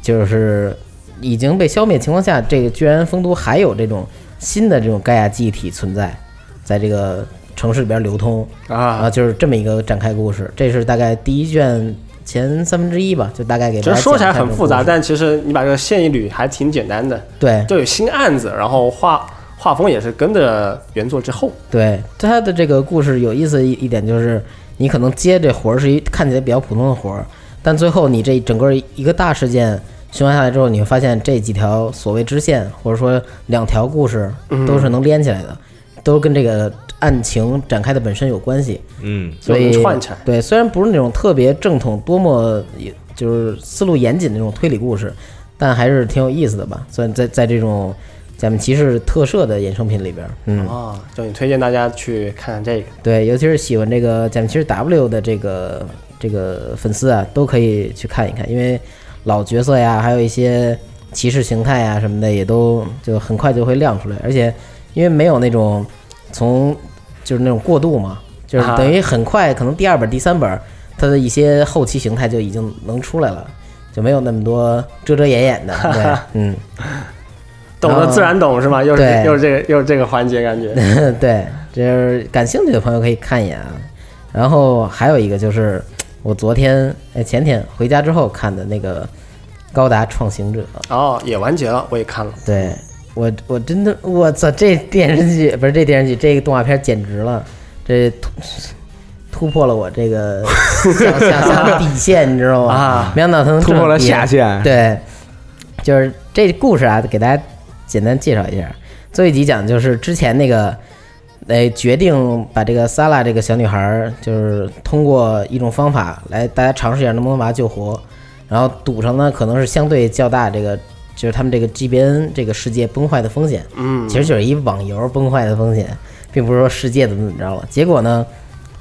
Speaker 3: 就是已经被消灭情况下，这个居然丰都还有这种新的这种盖亚记忆体存在，在这个城市里边流通
Speaker 2: 啊
Speaker 3: 就是这么一个展开故事。这是大概第一卷前三分之一吧，就大概给
Speaker 2: 其
Speaker 3: 大家
Speaker 2: 实说起来
Speaker 3: 讲一
Speaker 2: 很
Speaker 3: 下这种
Speaker 2: 复杂，
Speaker 3: 故事
Speaker 2: 但其实你把这个线一捋还挺简单的，
Speaker 3: 对
Speaker 2: 就有新案子，然后画画风也是跟着原作之后。
Speaker 3: 对他的这个故事有意思一一点就是，你可能接这活儿是一看起来比较普通的活儿，但最后你这整个一个大事件循环下来之后，你会发现这几条所谓支线，或者说两条故事，
Speaker 2: 嗯
Speaker 3: 都是能连起来的，都跟这个案情展开的本身有关系。
Speaker 1: 嗯，
Speaker 3: 所以
Speaker 2: 有串起来
Speaker 3: 对，虽然不是那种特别正统、多么也就是思路严谨的那种推理故事，但还是挺有意思的吧。算在在这种假面骑士特摄的衍生品里边儿，嗯，
Speaker 2: 啊，就你推荐大家去看看这个，
Speaker 3: 对，尤其是喜欢这个假面骑士 W 的这个这个粉丝啊，都可以去看一看，因为老角色呀，还有一些骑士形态啊呀什么的，也都就很快就会亮出来，而且因为没有那种从就是那种过渡嘛，就是
Speaker 2: 啊
Speaker 3: 等于很快可能第二本、第三本它的一些后期形态就已经能出来了，就没有那么多遮遮掩掩的，对，嗯。
Speaker 2: 懂
Speaker 3: 然
Speaker 2: 得
Speaker 3: 后
Speaker 2: 自然懂是吗？又是
Speaker 3: 哦对
Speaker 2: 又是这个又是这个环节感觉，
Speaker 3: 对，就是感兴趣的朋友可以看一眼啊。然后还有一个就是我昨天哎前天回家之后看的那个《高达创行者》，
Speaker 2: 哦，也完结了，我也看了，
Speaker 3: 对我我真的我操，这电视剧不是这电视剧，这个动画片简直了，这突突破了我这个想想象的底线，你知道吗？
Speaker 2: 啊
Speaker 3: 没想到他能
Speaker 1: 突破了
Speaker 3: 这么
Speaker 1: 下限
Speaker 3: 对，就是这故事啊，给大家简单介绍一下。最后一集讲就是之前那个，呃，决定把这个萨拉这个小女孩儿，就是通过一种方法来，大家尝试一下能不能把她救活。然后赌上呢，可能是相对较大这个，就是他们这个 GBN 这个世界崩坏的风险。
Speaker 2: 嗯，
Speaker 3: 其实就是一网游崩坏的风险，并不是说世界怎么怎么着了。结果呢，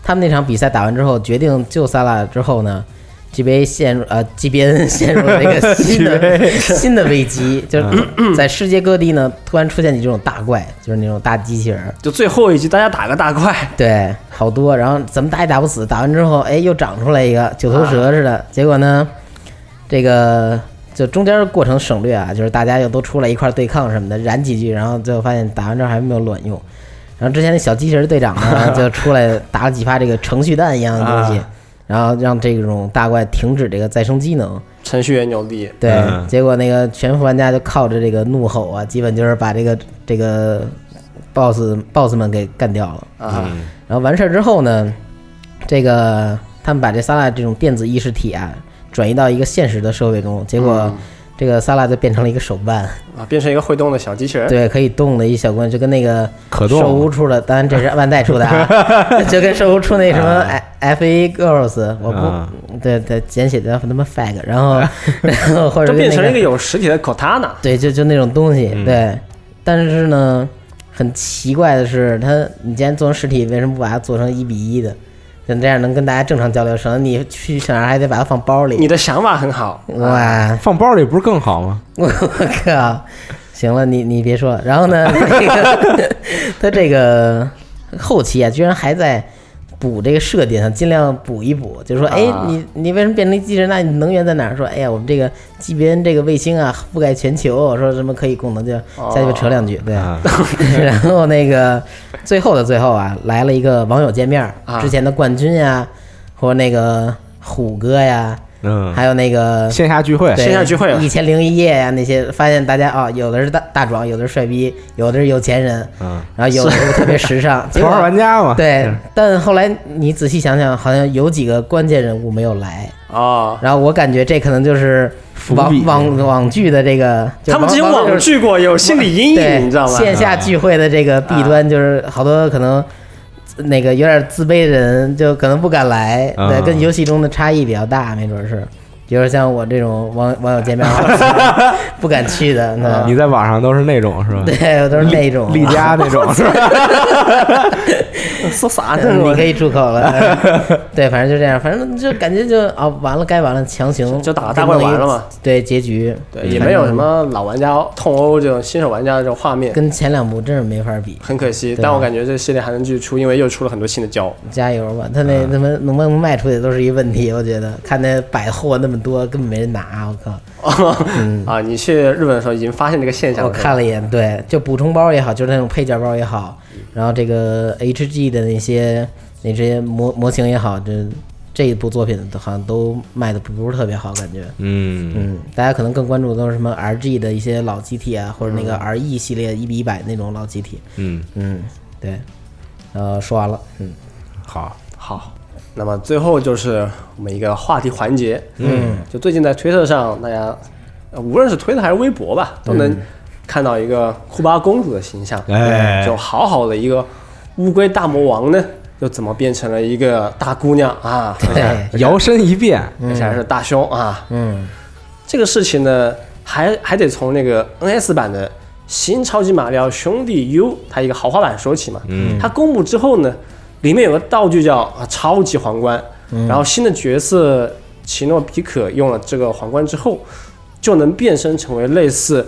Speaker 3: 他们那场比赛打完之后，决定救萨拉之后呢，GBA 陷入呃 GBN 陷入了一个新的 新的危机，就是在世界各地呢突然出现你这种大怪，就是那种大机器人儿，
Speaker 2: 就最后一集大家打个大怪，
Speaker 3: 对，好多，然后怎么打也打不死，打完之后，哎，又长出来一个九头蛇似的。结果呢，这个就中间过程省略啊，就是大家又都出来一块儿对抗什么的，燃几句，然后最后发现打完之后还没有卵用。然后之前那小机器人队长呢，就出来打了几发这个程序弹一样的东西，然后让这种大怪停止这个再生机能。
Speaker 2: 程序员牛逼，
Speaker 3: 对，
Speaker 1: 嗯
Speaker 3: 结果那个全服玩家就靠着这个怒吼啊，基本就是把这个这个 boss boss 们给干掉了。
Speaker 2: 啊，
Speaker 3: 然后完事儿之后呢，这个他们把这萨拉这种电子意识体啊，转移到一个现实的社会中，结果这个萨拉就变成了一个手办，
Speaker 2: 啊，变成一个会动的小机器人，
Speaker 3: 对，可以动的一小棍，就跟那个
Speaker 1: 可
Speaker 3: 手
Speaker 1: 动
Speaker 3: 无出的，当然这是万代出的啊，就跟手无出那什么 F A Girls，我
Speaker 1: 啊
Speaker 3: 不，对对，简写叫他妈 fag，然后然后或者
Speaker 2: 就
Speaker 3: 跟
Speaker 2: 变
Speaker 3: 那
Speaker 2: 成
Speaker 3: 个
Speaker 2: 了一个有实体的 Cortana，
Speaker 3: 对，就就那种东西，对。但是呢，很奇怪的是，它你既然做成实体，为什么不把它做成一比一的？像这样能跟大家正常交流，省得你去哪儿还得把它放包
Speaker 2: 你
Speaker 3: 里。
Speaker 2: 的想法很好，
Speaker 3: 嗯哇，
Speaker 1: 放包里不是更好吗？
Speaker 3: 我我靠！行了，你你别说。然 后呢，这个 它这个后期啊，居然还在补这个设定上，尽量补一补。就是说，哎
Speaker 2: 啊，
Speaker 3: 你你为什么变成机器人？那你能源在哪儿？说，哎呀，我们这个 GBN 这个卫星啊，覆盖全球，说什么可以功能，就下
Speaker 2: 哦
Speaker 3: 去扯两句，对。
Speaker 1: 啊，
Speaker 3: 然后那个最后的最后啊，来了一个网友见面儿，
Speaker 2: 啊
Speaker 3: 之前的冠军呀，或者那个虎哥呀，
Speaker 2: 啊
Speaker 1: 嗯，
Speaker 3: 还有那个
Speaker 1: 线下聚会，
Speaker 3: 对
Speaker 2: 线下聚会啊了
Speaker 3: 一千零一夜呀、那些，发现大家啊、有的是大大壮，有的是帅逼，有的是有钱人，
Speaker 1: 嗯，
Speaker 3: 然后有的是特别 时尚，结
Speaker 1: 头
Speaker 3: 果
Speaker 1: 号玩家嘛，
Speaker 3: 对，
Speaker 2: 嗯
Speaker 3: 但后来你仔细想想，好像有几个关键人物没有来，
Speaker 2: 哦，
Speaker 3: 然后我感觉这可能就是
Speaker 1: 伏
Speaker 3: 网
Speaker 1: 笔
Speaker 3: 网网剧的这个，就
Speaker 2: 他们之前
Speaker 3: 网
Speaker 2: 网剧过，有心理阴
Speaker 3: 对，
Speaker 2: 影，你知道吗？
Speaker 3: 线下聚会的这个弊端就是好多可能。那个有点自卑的人就可能不敢来，
Speaker 2: 嗯
Speaker 1: 啊
Speaker 3: 对，跟游戏中的差异比较大，没准是，比如像我这种网网友见面 不敢去的，那
Speaker 1: 你在网上都是那种是吧？
Speaker 3: 对我都是那种，
Speaker 1: 丽佳那种是吧？
Speaker 2: 说啥呢？
Speaker 3: 嗯
Speaker 2: 我
Speaker 3: 你可以住 口了，对，反正就这样，反正就感觉就啊完了，该完了，强行
Speaker 2: 就打了大怪完了嘛，
Speaker 3: 对，结局
Speaker 2: 对，也没有什么老玩家痛殴这种新手玩家的这种画面，
Speaker 3: 跟前两部真是没法比，
Speaker 2: 很可惜。
Speaker 3: 对啊
Speaker 2: 但我感觉这个系列还能继续出，因为又出了很多新 的胶。
Speaker 3: 加油吧！他那他妈能不能卖出去都是一问题，我觉得看那百货那么多，根本没人拿，我靠！
Speaker 2: 啊，你去日本的时候已经发现这个现象
Speaker 3: 嗯我
Speaker 2: 了。
Speaker 3: 看了一眼，对，就补充包也好，就是那种配件包也好，然后这个 HG 的那些那些模模型也好，这这一部作品好像都卖的不是特别好，感觉。
Speaker 1: 嗯，
Speaker 3: 嗯，大家可能更关注的都是什么 RG 的一些老机体啊，或者那个 RE 系列一比一百那种老机体。
Speaker 1: 嗯，
Speaker 3: 嗯，对。呃，说完了，嗯，
Speaker 1: 好，
Speaker 2: 好，那么最后就是我们一个话题环节。嗯，就最近在推特上，大家呃无论是推特还是微博吧，
Speaker 3: 嗯
Speaker 2: 都能看到一个库巴公主的形象。
Speaker 1: 哎
Speaker 2: 就好好的一个乌龟大魔王呢，就怎么变成了一个大姑娘啊？
Speaker 3: 对
Speaker 2: 而且
Speaker 1: 摇身一变，
Speaker 2: 而且还是大胸啊！
Speaker 3: 嗯，
Speaker 2: 这个事情呢，还还得从那个 NS 版的新超级马里奥兄弟 U 它一个豪华版说起嘛。
Speaker 1: 嗯，
Speaker 2: 它公布之后呢，里面有个道具叫啊超级皇冠，
Speaker 1: 嗯
Speaker 2: 然后新的角色奇诺比可用了这个皇冠之后，就能变身成为类似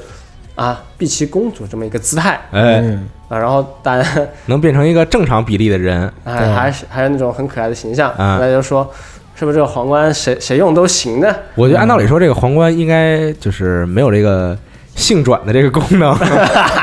Speaker 2: 啊碧琪公主这么一个姿态
Speaker 1: 哎，
Speaker 3: 嗯
Speaker 2: 啊。然后当然
Speaker 1: 能变成一个正常比例的人，
Speaker 2: 还还是还有那种很可爱的形象，
Speaker 1: 嗯
Speaker 2: 大家就说是不是这个皇冠谁谁用都行呢？
Speaker 1: 我觉得按道理说，这个皇冠应该就是没有这个性转的这个功 能，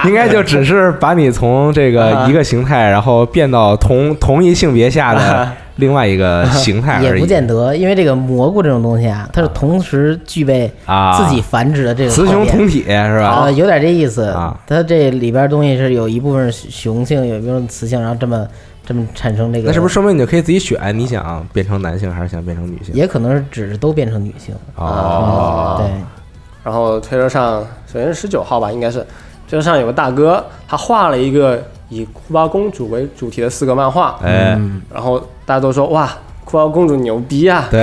Speaker 1: 应该就只是把你从这
Speaker 3: 啊
Speaker 1: 个一个形态，然后变到同同一性别下的另外一个形态
Speaker 3: 啊也
Speaker 1: 而
Speaker 3: 不
Speaker 1: 已
Speaker 3: 见得，因为这个蘑菇这种东西啊，它是同时具备
Speaker 1: 啊。
Speaker 3: 自己繁殖的这个
Speaker 1: 雌雄
Speaker 3: 条件
Speaker 1: 同体是吧？
Speaker 3: 啊，有点这意思
Speaker 1: 啊。
Speaker 3: 它这里边东西是有一部分是雄性，有一部分雌性，然后这么这么产生这个。
Speaker 1: 那是不是说明你就可以自己选，你想变成男性还是想变成女性？
Speaker 3: 也可能是只是都变成女性？啊
Speaker 1: 哦，
Speaker 3: 对，
Speaker 2: 然后推特上，首先是十九号吧，应该是推特上有个大哥，他画了一个以库巴公主为主题的四个漫画，
Speaker 1: 哎，
Speaker 2: 然后大家都说哇，库巴公主牛逼啊，
Speaker 1: 对，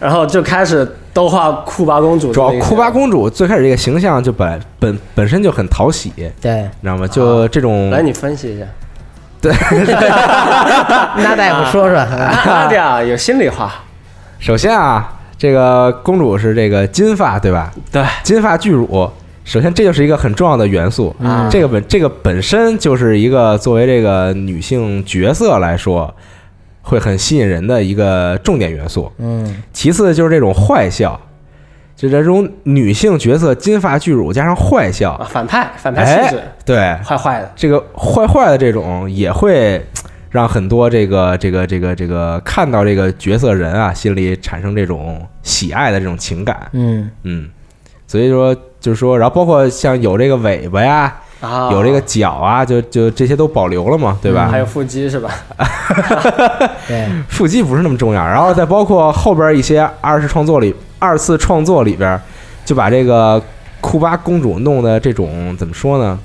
Speaker 2: 然后就开始都画库巴公主的
Speaker 1: 主
Speaker 2: 那
Speaker 1: 要
Speaker 2: 个，
Speaker 1: 库巴公主最开始这个形象就本本本身就很讨喜，你
Speaker 3: 对，
Speaker 1: 知道吗？就这种
Speaker 2: 啊来你分析一下，
Speaker 3: 那大 夫说说，啊
Speaker 2: 那点儿哎有心里话，
Speaker 1: 首先啊，这个公主是这个金发，对吧？
Speaker 2: 对，
Speaker 1: 金发巨乳，首先这就是一个很重要的元素。
Speaker 2: 啊
Speaker 3: 嗯
Speaker 1: 这个本这个本身就是一个作为这个女性角色来说，会很吸引人的一个重点元素。
Speaker 3: 嗯，
Speaker 1: 其次就是这种坏笑，就这种女性角色金发巨乳加上坏
Speaker 2: 啊，
Speaker 1: 笑，
Speaker 2: 反派反派气
Speaker 1: 哎
Speaker 2: 质，，
Speaker 1: 对，
Speaker 2: 坏坏的，
Speaker 1: 这个坏坏的这种也会让很多这个这个这个这个看到这个角色人啊，心里产生这种喜爱的这种情感，
Speaker 3: 嗯，
Speaker 1: 嗯，所以说就是说，然后包括像有这个尾巴呀，
Speaker 2: 啊，嗯
Speaker 1: 有这个脚啊，就就这些都保留了嘛，对吧？
Speaker 2: 还有腹肌是吧？
Speaker 3: 对，
Speaker 1: 腹肌不是那么重要，然后再包括后边一些二次创作里二次创作里边，就把这个库巴公主弄的这种怎么说呢，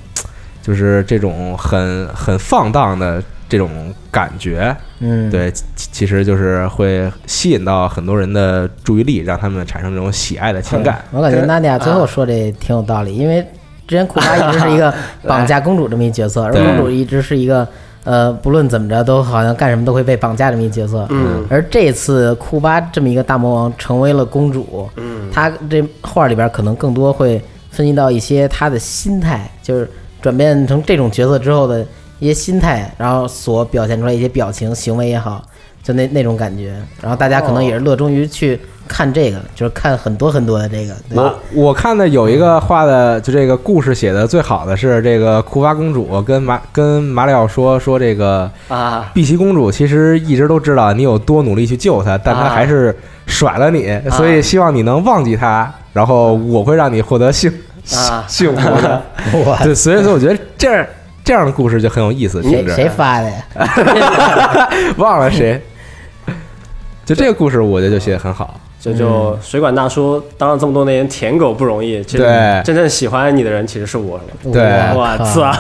Speaker 1: 就是这种很很放荡的这种感觉，
Speaker 3: 嗯，，
Speaker 1: 对，其其实就是会吸引到很多人的注意力，让他们产生这种喜爱的情感。
Speaker 3: 我感觉
Speaker 2: 跟
Speaker 3: 娜迪亚最后说这挺有道理，因为之前库巴一直是 一个绑架公主这么一角色，而
Speaker 1: 对
Speaker 3: 公主一直是一个呃，不论怎么着都好像干什么都会被绑架这么一角色。
Speaker 2: 嗯
Speaker 3: 而这次库巴这么一个大魔王成为了公主，
Speaker 2: 嗯，
Speaker 3: 他这画里边可能更多会分析到一些他的心态，就是转变成这种角色之后的一些心态，然后所表现出来一些表情、行为也好，就那那种感觉。然后大家可能也是乐衷于去看这个，就是看很多很多的这个。对吧
Speaker 1: 我我看的有一个画的，就这个故事写的最好的是这个库巴公主跟马跟马里奥说说这个
Speaker 2: 啊，
Speaker 1: 碧琪公主其实一直都知道你有多努力去救她，但她
Speaker 2: 啊
Speaker 1: 还是甩了你，所以希望你能忘记她，然后我会让你获得幸、
Speaker 2: 啊
Speaker 1: 幸福的。
Speaker 3: 我
Speaker 1: 对，所以说我觉得这样这样的故事就很有意思，
Speaker 3: 谁
Speaker 1: 听着
Speaker 3: 谁发的呀？
Speaker 1: 忘了谁？
Speaker 3: 嗯
Speaker 1: 就这个故事，我觉得就写得很好。
Speaker 2: 这就水管大叔当了这么多年舔狗不容易，其实
Speaker 1: 对哎
Speaker 2: 真正喜欢你的人其实是我，
Speaker 1: 对
Speaker 2: 我操！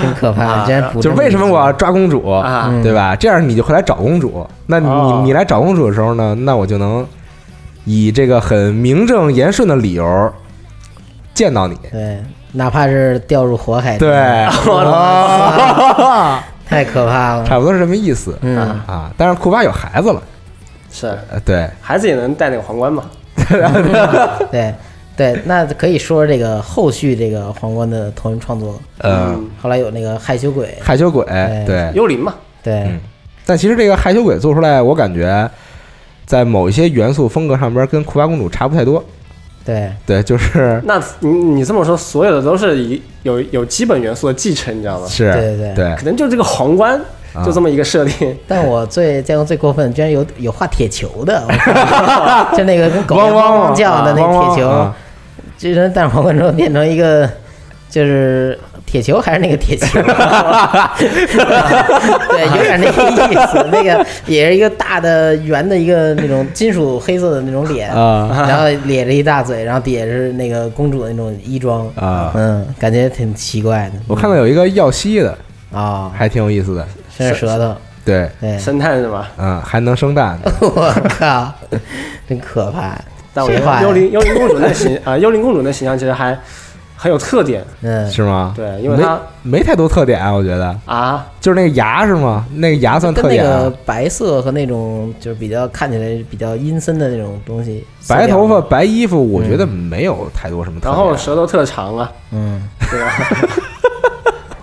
Speaker 3: 挺可怕的，
Speaker 2: 啊
Speaker 3: 真不
Speaker 1: 就是为什么我要抓公主
Speaker 2: 啊
Speaker 3: 嗯
Speaker 1: 对吧？这样你就会来找公主。那你、
Speaker 2: 哦
Speaker 1: 你来找公主的时候呢，那我就能以这个很名正言顺的理由见到你。
Speaker 3: 对，哪怕是掉入火海，
Speaker 1: 对， 哦
Speaker 3: 太可怕 了。
Speaker 1: 差不多是这么意思
Speaker 3: 嗯，
Speaker 1: 啊。但是库巴有孩子了，
Speaker 2: 是
Speaker 1: 呃，对，
Speaker 2: 孩子也能戴那个皇冠嘛？
Speaker 3: 对对，那可以说说这个后续这个皇冠的同人创作。
Speaker 1: 呃，
Speaker 2: 嗯，
Speaker 3: 后来有那个害羞鬼，
Speaker 1: 害羞鬼，
Speaker 3: 对
Speaker 1: 对，
Speaker 2: 幽灵嘛，
Speaker 3: 对
Speaker 1: 嗯，但其实这个害羞鬼做出来，我感觉在某一些元素风格上边跟库巴公主差不太多。
Speaker 3: 对，
Speaker 1: 对，就是
Speaker 2: 那你你这么说，所有的都是一有有基本元素的继承，你知道吗？
Speaker 1: 是，
Speaker 3: 哦对对对
Speaker 1: 对
Speaker 2: 可能就这个皇冠
Speaker 1: 啊
Speaker 2: 就这么一个设定，
Speaker 3: 但我最见过最过分，居然有有画铁球的， 我就那个跟狗一样
Speaker 1: 汪汪
Speaker 3: 汪汪叫的
Speaker 1: 汪
Speaker 3: 那
Speaker 1: 汪
Speaker 3: 铁 球
Speaker 1: 啊，
Speaker 3: 居然但是王冠之后变成一个就是铁球还是那个铁球，对，有点那个意思。那个也是一个大的圆的一个那种金属黑色的那种脸，
Speaker 1: 啊
Speaker 3: 然后咧着一大嘴，然后底下是那个公主的那种衣装，
Speaker 1: 啊！
Speaker 3: 嗯，感觉挺奇怪的
Speaker 1: 我看到有一个耀西的，
Speaker 3: 啊，
Speaker 1: 还挺有意思的，
Speaker 3: 伸着舌头，
Speaker 1: 对，
Speaker 3: 对，
Speaker 2: 生态是吧？
Speaker 1: 嗯，还能生 蛋，
Speaker 3: 我靠，真可怕。
Speaker 2: 但我觉
Speaker 3: 这话
Speaker 2: 得
Speaker 3: 呀
Speaker 2: 幽灵幽灵公主那形啊，幽灵公主那形象其实还很有特点
Speaker 3: 嗯，
Speaker 1: 是吗？
Speaker 2: 对因为它
Speaker 1: 没没太多特点啊，我觉得
Speaker 2: 啊。
Speaker 1: 就是那个牙是吗？那个牙算
Speaker 3: 跟
Speaker 1: 特
Speaker 3: 那
Speaker 1: 点啊。
Speaker 3: 个白色和那种就是比较看起来比较阴森的那种东西，
Speaker 1: 白头发、
Speaker 3: 色调，
Speaker 1: 白衣服，我觉得没有太多什么特
Speaker 2: 嗯然
Speaker 1: 点。
Speaker 2: 后舌头特长啊，
Speaker 3: 嗯，
Speaker 2: 对 吧？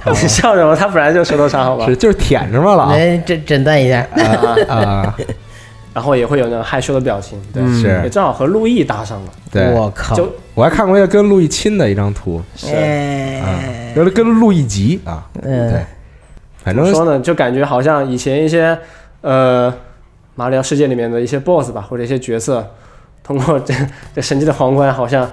Speaker 2: 你笑什么？他本来就舌头长，好吧
Speaker 1: 是？就是舔着嘛了
Speaker 3: 来诊诊断一下，
Speaker 2: 啊，
Speaker 1: 啊，
Speaker 2: 然后也会有那种害羞的表情，对，
Speaker 1: 嗯是
Speaker 2: 也正好和陆毅搭上了，
Speaker 1: 对，
Speaker 3: 哎我靠，
Speaker 2: 就
Speaker 1: 我还看过一个跟陆亦亲的一张图，
Speaker 2: 是嗯
Speaker 3: 哎，
Speaker 1: 就是跟陆亦吉啊，
Speaker 3: 嗯
Speaker 1: 对，反
Speaker 2: 怎么
Speaker 1: 正
Speaker 2: 说呢，就感觉好像以前一些呃马里奥世界里面的一些 BOSS 吧，或者一些角色，通过 这这神奇的皇冠，好像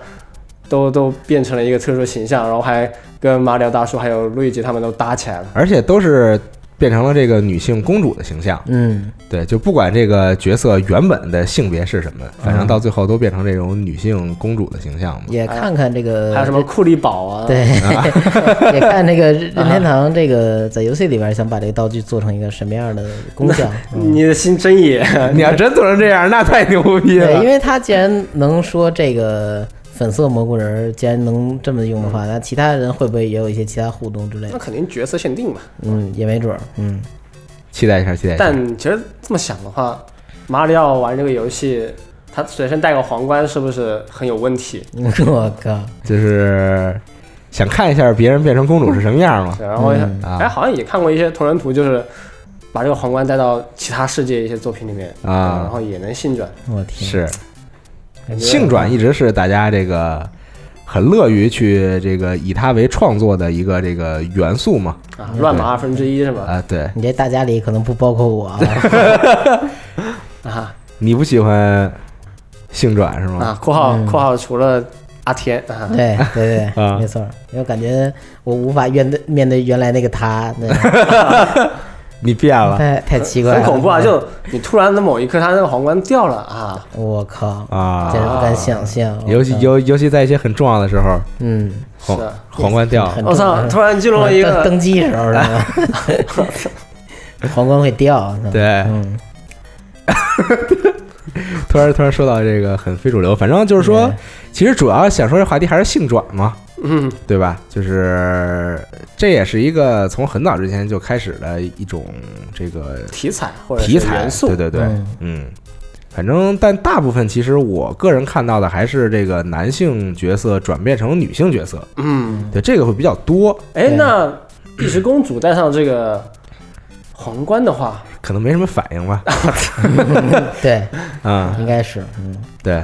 Speaker 2: 都都变成了一个特殊形象，然后还跟马里奥大叔还有路易吉他们都搭起来了。
Speaker 1: 而且都是变成了这个女性公主的形象，
Speaker 3: 嗯，
Speaker 1: 对，就不管这个角色原本的性别是什
Speaker 2: 嗯
Speaker 1: 么，反正到最后都变成这种女性公主的形象嘛。
Speaker 3: 也看看这个
Speaker 2: 还有什么啊库利宝啊，
Speaker 3: 对， 也看这个任天堂这个在游戏里边想把这个道具做成一个什么样的功 效。嗯
Speaker 2: 你的心真野，
Speaker 1: 你要真做成这样，那太牛逼
Speaker 3: 对，因
Speaker 1: 了。
Speaker 3: 为他既然能说这个粉色蘑菇人儿既然能这么用的话，
Speaker 2: 嗯
Speaker 3: 那其他人会不会也有一些其他互动之类
Speaker 2: 那
Speaker 3: 的？
Speaker 2: 肯定角色限定嘛。
Speaker 3: 嗯，也没准儿。嗯，
Speaker 1: 期待一下，期待一下。
Speaker 2: 但其实这么想的话，马里奥玩这个游戏，他随身带个皇冠是不是很有问题？
Speaker 3: 我靠，
Speaker 1: 就是想看一下别人变成公主是什么样嘛。
Speaker 2: 对，然后也
Speaker 3: 嗯
Speaker 1: 啊
Speaker 2: 哎，好像也看过一些同人图，就是把这个皇冠带到其他世界一些作品里面
Speaker 1: 啊
Speaker 2: 对然后也能性转。
Speaker 3: 我天，
Speaker 1: 是
Speaker 2: 感觉
Speaker 1: 性转一直是大家这个很乐于去这个以它为创作的一个这个元素嘛。
Speaker 2: 啊，乱码二分之一是吧？
Speaker 1: 啊，对，
Speaker 3: 你这大家里可能不包括 我啊。
Speaker 2: 啊
Speaker 1: 你不喜欢性转是吗？
Speaker 2: 啊，括号
Speaker 3: 嗯
Speaker 2: 括号除了阿天啊，
Speaker 3: 对对
Speaker 1: 啊
Speaker 3: 对，没错儿，因为感觉我无法面对面对原来那个他，对
Speaker 1: 你变了
Speaker 3: 太太奇怪了，
Speaker 2: 很恐
Speaker 1: 嗯
Speaker 2: 怖啊！就你突然的某一刻，他那个皇冠掉了啊，
Speaker 3: 我靠，真
Speaker 1: 啊！
Speaker 3: 不敢想象。
Speaker 1: 尤其
Speaker 3: 我靠，
Speaker 1: 尤尤其在一些很重要的时候，
Speaker 3: 嗯，
Speaker 2: 是啊
Speaker 1: 皇皇冠掉了
Speaker 3: 很
Speaker 2: 我操！突然进入了一
Speaker 3: 登
Speaker 2: 个
Speaker 3: 登机时候是 吧？皇冠会掉，是吧
Speaker 1: 对，
Speaker 3: 嗯，
Speaker 1: 突然突然说到这个很非主流，反正就是说
Speaker 3: 对，
Speaker 1: 其实主要想说这话题还是性转嘛，
Speaker 2: 嗯，
Speaker 1: 对吧？就是这也是一个从很早之前就开始的一种这个
Speaker 2: 题材或者是
Speaker 1: 题材
Speaker 2: 元素
Speaker 1: 对，对对
Speaker 3: 嗯，
Speaker 1: 嗯，反正但大部分其实我个人看到的还是这个男性角色转变成女性角色，
Speaker 2: 嗯。
Speaker 1: 对这个会比较多，
Speaker 2: 哎
Speaker 3: 对，
Speaker 2: 那碧池公主戴上这个皇冠的话，
Speaker 1: 可能没什么反应 吧，
Speaker 3: 对，
Speaker 1: 嗯，
Speaker 3: 应该是，嗯，
Speaker 1: 对，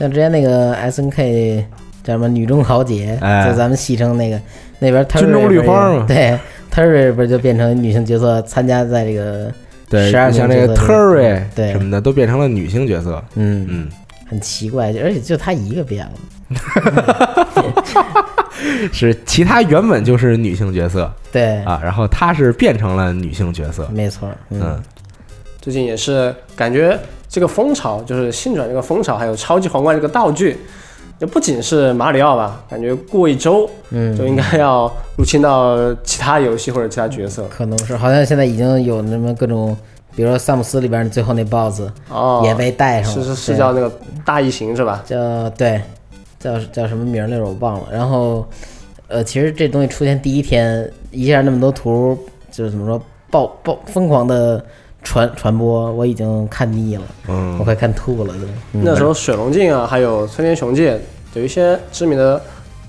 Speaker 3: 像之前那个 S N K 叫什么女中豪杰，
Speaker 1: 哎
Speaker 3: 就咱们戏称那个那边 t
Speaker 1: 军中绿花嘛
Speaker 3: 对 t e r r y 不是就变成女性角色参加在这个
Speaker 1: 对，
Speaker 3: 12
Speaker 1: 像这个
Speaker 3: 名角色
Speaker 1: Terry
Speaker 2: 嗯
Speaker 3: 对
Speaker 1: 什么的都变成了女性角色，
Speaker 3: 嗯，
Speaker 1: 嗯，
Speaker 3: 很奇怪，而且就她一个变了，
Speaker 1: 是其他原本就是女性角色
Speaker 3: 对，
Speaker 1: 啊，然后她是变成了女性角色，
Speaker 3: 没错，
Speaker 1: 嗯，
Speaker 2: 最近也是感觉这个风潮，就是性转这个风潮，还有超级皇冠这个道具，就不仅是马里奥吧，感觉过一周
Speaker 3: 嗯，
Speaker 2: 就应该要入侵到其他游戏或者其他角色
Speaker 3: 可能是好像现在已经有那么各种，比如说萨姆斯里边最后那 BOSS
Speaker 2: 哦，
Speaker 3: 也被带上
Speaker 2: 是
Speaker 3: 了，
Speaker 2: 是是
Speaker 3: 对
Speaker 2: 叫那个大异形是吧？
Speaker 3: 叫对，叫叫什么名儿来着我忘了。然后，呃，其实这东西出现第一天，一下那么多图，就是怎么说爆爆疯狂的传传播，我已经看腻了，我
Speaker 1: 嗯，
Speaker 3: 快看吐了都。嗯
Speaker 2: 那时候水龙镜啊，还有村田雄介，有一些知名的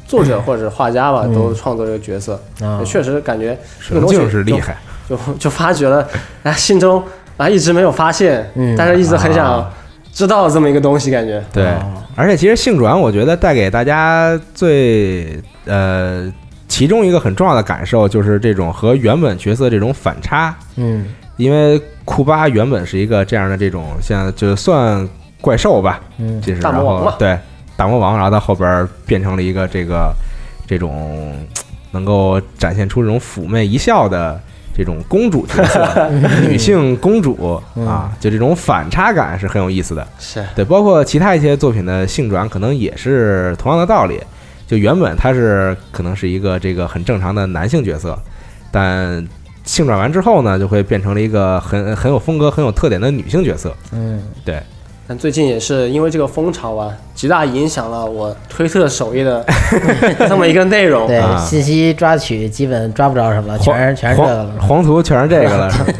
Speaker 2: 作者或者是画家吧，都创作这个角色，
Speaker 3: 啊
Speaker 2: 也，确实感觉这
Speaker 1: 水
Speaker 2: 个
Speaker 1: 龙
Speaker 2: 东西
Speaker 1: 镜是
Speaker 2: 就
Speaker 1: 厉害，
Speaker 2: 就 就发觉了，啊，心中啊一直没有发现，
Speaker 3: 嗯
Speaker 2: 但是一直很想
Speaker 1: 啊
Speaker 2: 知道这么一个东西，感觉
Speaker 1: 对
Speaker 3: 哦，
Speaker 1: 而且其实性转，我觉得带给大家最呃其中一个很重要的感受就是这种和原本角色这种反差，
Speaker 3: 嗯
Speaker 1: 因为库巴原本是一个这样的这种像就算怪兽吧，
Speaker 3: 嗯
Speaker 1: 就是
Speaker 2: 大
Speaker 1: 然
Speaker 2: 魔王
Speaker 1: 后
Speaker 2: 嘛
Speaker 1: 对大魔王，然后到后边变成了一个这个这种能够展现出这种妩媚一笑的这种公主角 色，女性公主啊，就这种反差感是很有意思的。
Speaker 2: 是
Speaker 1: 对，包括其他一些作品的性转，可能也是同样的道理。就原本他是可能是一个这个很正常的男性角色，但性转完之后呢，就会变成了一个很很有风格、很有特点的女性角色。
Speaker 3: 嗯，
Speaker 1: 对，
Speaker 2: 但最近也是因为这个风潮啊，极大影响了我推特首页 的这么一个内容。
Speaker 3: 对
Speaker 1: 啊，
Speaker 3: 信息抓取基本抓不着什么了，
Speaker 1: 黄
Speaker 3: 全是全是这个了。
Speaker 1: 黄黄图全是这个 了，是吧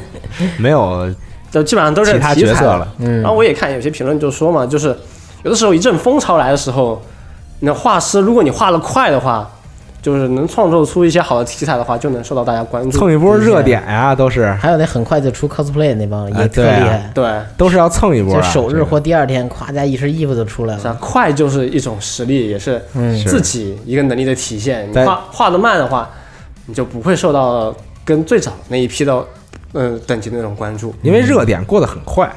Speaker 1: 没有
Speaker 2: 就基本上都是
Speaker 1: 其他
Speaker 2: 题
Speaker 1: 角
Speaker 2: 材
Speaker 1: 色了。
Speaker 3: 嗯
Speaker 2: 然后我也看有些评论就说嘛，就是有的时候一阵风潮来的时候，那画师如果你画的快的话，就是能创作出一些好的题材的话，就能受到大家关注。嗯
Speaker 1: 蹭一波热点呀、都是
Speaker 3: 还有那很快就出 cosplay 那帮
Speaker 1: 啊
Speaker 3: 也特
Speaker 1: 对啊
Speaker 3: 厉害，
Speaker 2: 对，
Speaker 1: 都是要蹭一波、
Speaker 3: 就
Speaker 1: 啊。
Speaker 3: 首
Speaker 1: 这
Speaker 3: 日
Speaker 1: 个
Speaker 3: 或第二天，咵家一身衣服就出来
Speaker 2: 是啊
Speaker 3: 了。，
Speaker 2: 快就是一种实力，也是
Speaker 1: 嗯
Speaker 2: 自己一个能力的体现。你
Speaker 1: 对
Speaker 2: 画画的慢的话，你就不会受到跟最早那一批的呃等级的那种关注。
Speaker 1: 因为热点过得很快。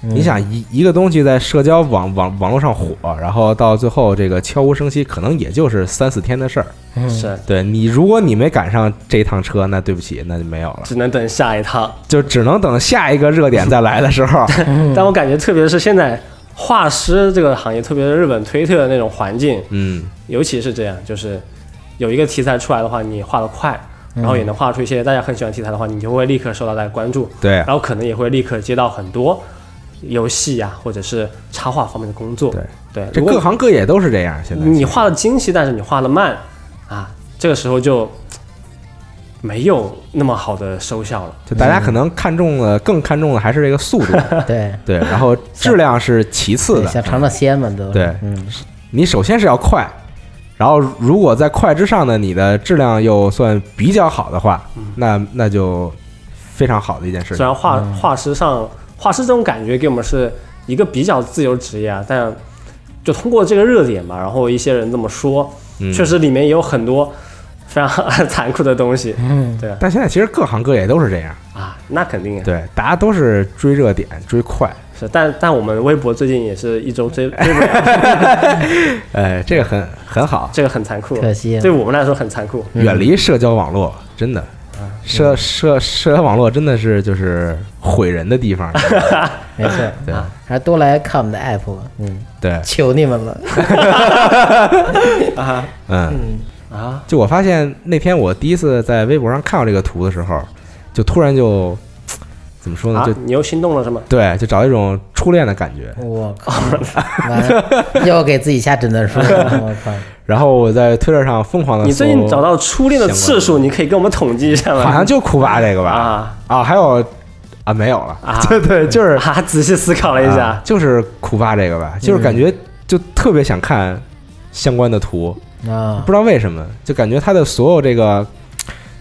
Speaker 1: 你想一一个东西在社交网网网络上火，然后到最后这个悄无声息，可能也就是三四天的事儿。
Speaker 2: 是，
Speaker 1: 对你，如果你没赶上这一趟车，那对不起，那就没有了，
Speaker 2: 只能等下一趟。
Speaker 1: 就只能等下一个热点再来的时候。
Speaker 2: 但我感觉，特别是现在画师这个行业，特别是日本推特的那种环境，
Speaker 1: 嗯，
Speaker 2: 尤其是这样，就是有一个题材出来的话，你画得快，
Speaker 1: 嗯
Speaker 2: 然后也能画出一些大家很喜欢的题材的话，你就会立刻受到大家关注，
Speaker 1: 对
Speaker 2: 然后可能也会立刻接到很多游戏呀、或者是插画方面的工作。
Speaker 1: 对，
Speaker 2: 对，
Speaker 1: 这
Speaker 2: 如果
Speaker 1: 各行各业都是这样。现在
Speaker 2: 你画的精细，但是你画的慢啊，这个时候就嘖没有那么好的收效了。
Speaker 1: 就大家可能看重的，更看重的还是这个速度，
Speaker 3: 对，
Speaker 1: 对，然后质量是其次
Speaker 3: 对
Speaker 1: 的。
Speaker 3: 想尝尝鲜嘛，都
Speaker 1: 对
Speaker 3: 嗯，
Speaker 1: 你首先是要快，然后如果在快之上呢，你的质量又算比较好的话，那那就非常好的一件事
Speaker 2: 嗯虽
Speaker 1: 情。
Speaker 2: 然画画师上画师这种感觉给我们是一个比较自由职业啊，但就通过这个热点嘛，然后一些人这么说，
Speaker 1: 嗯
Speaker 2: 确实里面也有很多非常 残酷的东西。嗯，对
Speaker 1: 但现在其实各行各业都是这样，
Speaker 2: 啊，那肯定啊
Speaker 1: 对，大家都是追热点、追快，
Speaker 2: 是，但但我们微博最近也是一周追追不了，
Speaker 1: 哎，这个很很好，
Speaker 2: 这个很残酷，
Speaker 3: 可惜啊
Speaker 2: 对我们来说很残酷。
Speaker 1: 远离社交网络，真的，
Speaker 2: 嗯
Speaker 1: 社社社交网络真的是就是毁人的地 方，
Speaker 3: 没事， 啊
Speaker 1: 对
Speaker 3: 还是多来看我们的 app 吧，嗯，
Speaker 1: 对，
Speaker 3: 求你们 了。
Speaker 1: 嗯。
Speaker 2: 啊，
Speaker 1: 就我发现那天我第一次在微博上看到这个图的时候，就突然就怎么说呢，
Speaker 2: 啊
Speaker 1: 嗯就，
Speaker 2: 你又心动了是吗？
Speaker 1: 对，就找一种初恋的感觉。
Speaker 3: 我靠，完了又给自己下诊断 书了，我靠，
Speaker 1: 然后我在推特上疯狂的，
Speaker 2: 你最近找到初恋的次数，你可以给我们统计一下吗？
Speaker 1: 好像就库巴这个吧？
Speaker 2: 啊
Speaker 1: 啊，还有啊，没有了，
Speaker 2: 啊
Speaker 1: 对对，就是
Speaker 2: 啊，仔细思考了一
Speaker 1: 啊
Speaker 2: 下，嗯
Speaker 1: 就是库巴这个吧，就是感觉就特别想看相关的图，
Speaker 3: 啊
Speaker 1: 不，知道为什么，就感觉他的所有这个。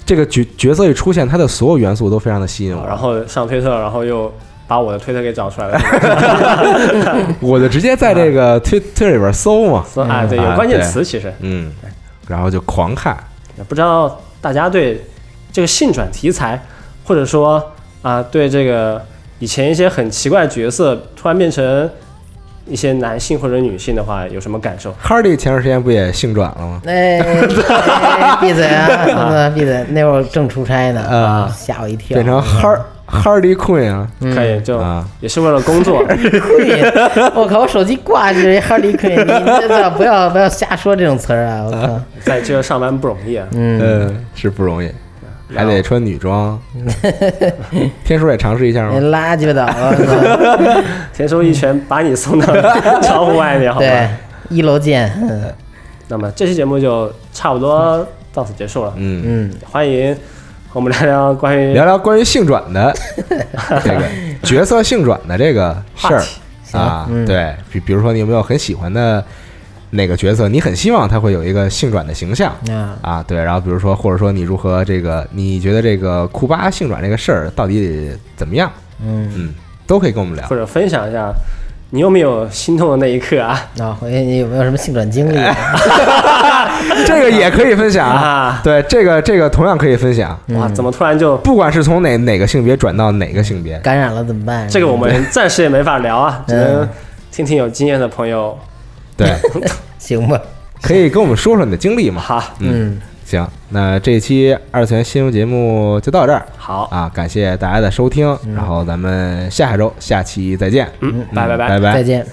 Speaker 1: 这个角角色一出现，他的所有元素都非常的吸引我，
Speaker 2: 哦然后上推特，然后又把我的推特给找出来了。
Speaker 1: 我就直接在这
Speaker 2: 啊
Speaker 1: 个推推里边搜嘛，
Speaker 2: 说啊，对，有
Speaker 1: 啊
Speaker 2: 关键
Speaker 1: 对
Speaker 2: 词，其实
Speaker 1: 嗯，然后就狂看，
Speaker 2: 不知道大家对这个性转题材，或者说啊，对这个以前一些很奇怪的角色突然变成一些男性或者女性的话，有什么感受？
Speaker 1: 哈利前段时间不也性转了吗？
Speaker 3: 哎，哎闭嘴啊，孙子，闭嘴！那会儿正出差呢，
Speaker 1: 啊
Speaker 3: 吓我一跳，
Speaker 1: 变成哈
Speaker 2: 嗯
Speaker 1: 哈利 queen 啊，
Speaker 2: 可以，就
Speaker 1: 啊
Speaker 2: 也是为了 工作，
Speaker 3: 哎我靠，我手机挂着一哈利奎，你真的不要不要瞎说这种词儿啊！我靠，
Speaker 2: 在这上班不容易啊。
Speaker 1: 嗯，是不容易，还得穿女装。 天叔也尝试一下
Speaker 3: 你
Speaker 2: 哎
Speaker 1: 吗？
Speaker 3: 拉鸡巴倒了！
Speaker 2: 田叔一拳把你送到窗户外面，好
Speaker 3: 对
Speaker 2: 吧？，
Speaker 3: 一楼见。嗯
Speaker 2: 那么这期节目就差不多到此结束了。
Speaker 1: 嗯，
Speaker 3: 嗯，
Speaker 2: 欢迎和我们聊聊关于
Speaker 1: 聊聊关于性转 的这个角色性转的这个事
Speaker 2: 话
Speaker 1: 儿
Speaker 2: 题。嗯
Speaker 1: 啊，对，比比如说你有没有很喜欢的哪个角色，你很希望他会有一个性转的形象？
Speaker 2: 嗯
Speaker 3: 啊，
Speaker 1: 啊，对，然后比如说，或者说你如何这个，你觉得这个库巴性转这个事儿到底怎么样？嗯都可以跟我们聊
Speaker 2: 或。者分享一下，你有没有心动的那一刻啊？
Speaker 3: 那回去你有没有什么性转 经历啊？
Speaker 1: 这个也可以分享
Speaker 2: 啊
Speaker 1: 对，这个这个同样可以分享，
Speaker 2: 哇，怎么突然就
Speaker 1: 不管是从哪哪个性别转到哪个性别，
Speaker 3: 感染了怎么办？
Speaker 2: 这个我们暂时也没法聊啊，只能
Speaker 3: 嗯
Speaker 2: 听听有经验的朋友。
Speaker 1: 对，
Speaker 3: 行吧？
Speaker 2: 嗯
Speaker 1: 可以跟我们说说你的经历嘛。
Speaker 2: 好，
Speaker 3: 嗯，
Speaker 1: 行，那这一期二次元新闻节目就到这儿
Speaker 2: 好，嗯
Speaker 1: 啊，感谢大家的收听，然后咱们下下周下期再见，
Speaker 2: 嗯，拜拜拜。
Speaker 1: 拜拜
Speaker 3: 再。见。